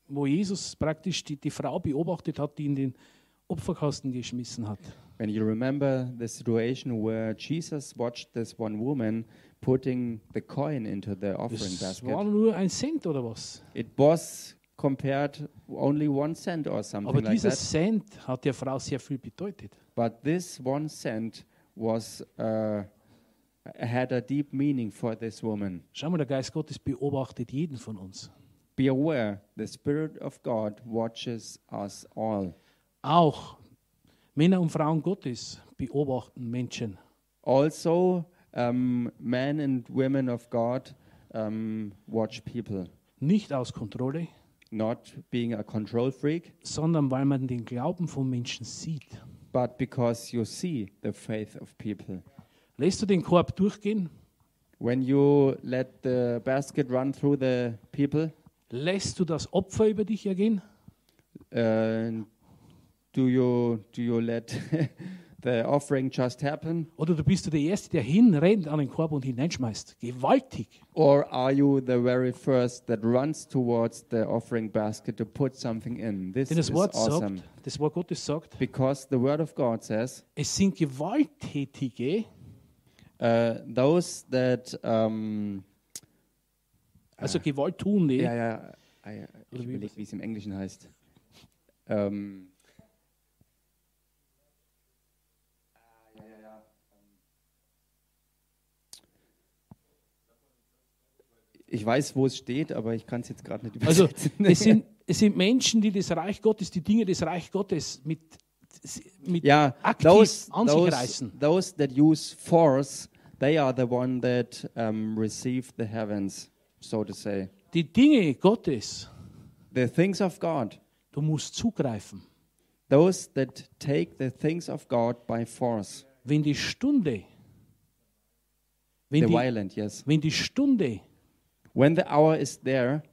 S4: wo Jesus praktisch die, die Frau beobachtet hat, die in den Opferkasten geschmissen hat.
S2: And you remember the situation where Jesus watched this one woman putting the coin into the offering
S4: Das war
S2: basket.
S4: nur ein Cent oder was?
S2: It was compared only one cent or
S4: Aber
S2: something like
S4: dieser
S2: that.
S4: Cent hat der Frau sehr viel bedeutet.
S2: But this one cent was uh, had a deep meaning for this woman.
S4: Schau mal, der Geist Gottes beobachtet jeden von uns.
S2: Be aware, the Spirit of God watches us all.
S4: Auch Männer und Frauen Gottes beobachten Menschen.
S2: Also, um, men and women of God um, watch people,
S4: Nicht aus Kontrolle,
S2: not being a control freak,
S4: sondern weil man den Glauben von Menschen sieht.
S2: but because you see the faith of people.
S4: Lässt du den Korb durchgehen?
S2: When you let the basket run through the people,
S4: Lässt du das Opfer über dich ergehen?
S2: And uh, do you do you let the offering just happen,
S4: Oder du bist du der Erste, der hinrennt an den Korb und hineinschmeißt. Gewaltig.
S2: or are you the very first that runs towards the offering basket to put something in? This
S4: Denn das
S2: is
S4: Wort
S2: awesome
S4: sagt, das Wort Gottes sagt,
S2: because the Word of God says
S4: es sind Gewalttätige, Äh,
S2: uh, those that um,
S4: also Gewalttuende,
S2: Ah. Ja, ja, ah, ja. ich
S4: Oder wie
S2: überlege,
S4: das-
S2: wie es im Englischen heißt. Ähm, ah, ja, ja, ja, ähm. Ich weiß, wo es steht, aber ich kann es jetzt gerade nicht
S4: Also
S2: übersetzen.
S4: es sind, es sind Menschen, die das Reich Gottes, die Dinge des Reich Gottes mit, mit
S2: ja,
S4: aktiv
S2: those,
S4: an sich
S2: those,
S4: reißen.
S2: those that use force, they are the one that um, receive the heavens, so to say.
S4: Die Dinge Gottes,
S2: The things of God.
S4: du musst zugreifen.
S2: Those that take the things of God by force.
S4: Wenn die Stunde,
S2: The
S4: wenn die,
S2: violent, yes.
S4: wenn die Stunde
S2: When the hour is there,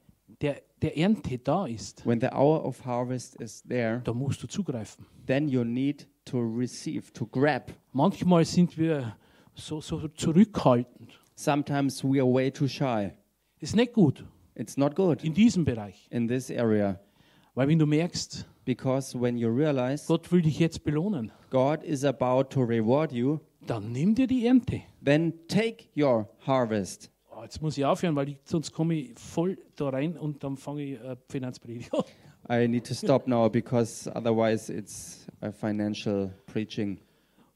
S4: der, der Ernte da ist,
S2: when the hour of harvest is there,
S4: da musst du zugreifen.
S2: then you need to receive, to grab.
S4: Manchmal sind wir so, so zurückhaltend.
S2: Sometimes we are way too shy.
S4: Ist nicht gut
S2: It's not good
S4: in diesem Bereich.
S2: in this area
S4: Weil wenn du merkst,
S2: because when you realize
S4: Gott will dich jetzt belohnen,
S2: God is about to reward you,
S4: dann nimm dir die Ernte.
S2: then take your harvest.
S4: Ah, jetzt muss ich aufhören, weil ich, sonst komme ich voll da rein und dann fange ich äh, Finanzpredigt an.
S2: I need to stop now because otherwise it's a financial preaching.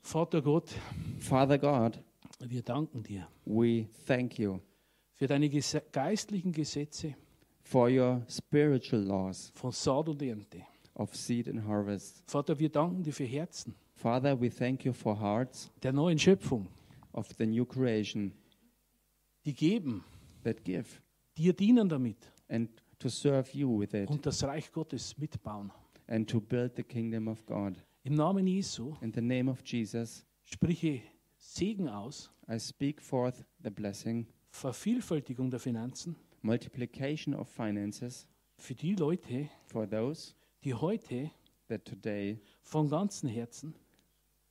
S4: Vater Gott,
S2: Father God,
S4: wir danken dir
S2: we thank you
S4: für deine ges geistlichen Gesetze
S2: for your spiritual laws
S4: von Saat und Ernte.
S2: of seed and harvest.
S4: Vater, wir danken dir für Herzen
S2: Father, we thank you for hearts
S4: der neuen Schöpfung,
S2: of the new creation
S4: die geben,
S2: that give
S4: dir dienen damit
S2: and to serve you with it
S4: und das Reich Gottes mitbauen.
S2: and to build the kingdom of God.
S4: Im Namen Jesu
S2: In the name of Jesus,
S4: spreche Segen aus,
S2: I speak forth the blessing,
S4: Vervielfältigung der Finanzen
S2: multiplication of finances
S4: für die Leute,
S2: for those
S4: die heute
S2: that today
S4: von ganzem Herzen,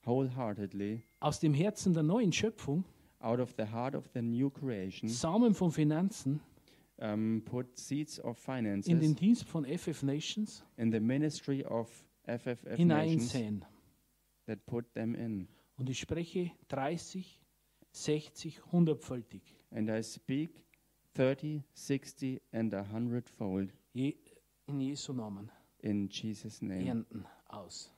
S2: wholeheartedly
S4: aus dem Herzen der neuen Schöpfung,
S2: out of the heart of the new creation
S4: Samen von Finanzen
S2: um, put seeds of
S4: in den
S2: finances
S4: Dienst von FF Nations
S2: in the ministry of FFF nations
S4: hineinsehen.
S2: that put them in.
S4: Und ich spreche 30, 60, 100-fältig.
S2: And I speak 30, 60 and a hundredfold
S4: Je, in Jesu Namen.
S2: in Jesus' name.
S4: Ernten aus.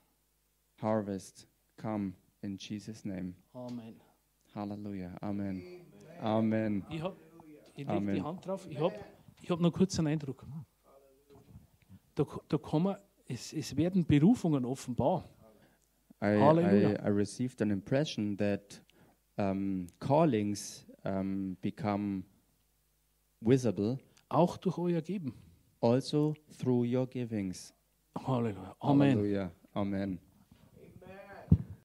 S2: harvest come in Jesus' name.
S4: Amen.
S2: Hallelujah. Amen. Amen.
S4: Ich, hab- ich lege
S2: Amen.
S4: die Hand drauf. Ich habe ich hab noch kurz einen Eindruck. Da, ko- da kommen, es, es werden Berufungen offenbar.
S2: I,
S4: Hallelujah.
S2: I, I received an impression that um, callings um, become visible
S4: Auch durch euer Geben.
S2: also through your givings.
S4: Halleluja. Amen.
S2: Hallelujah. Amen.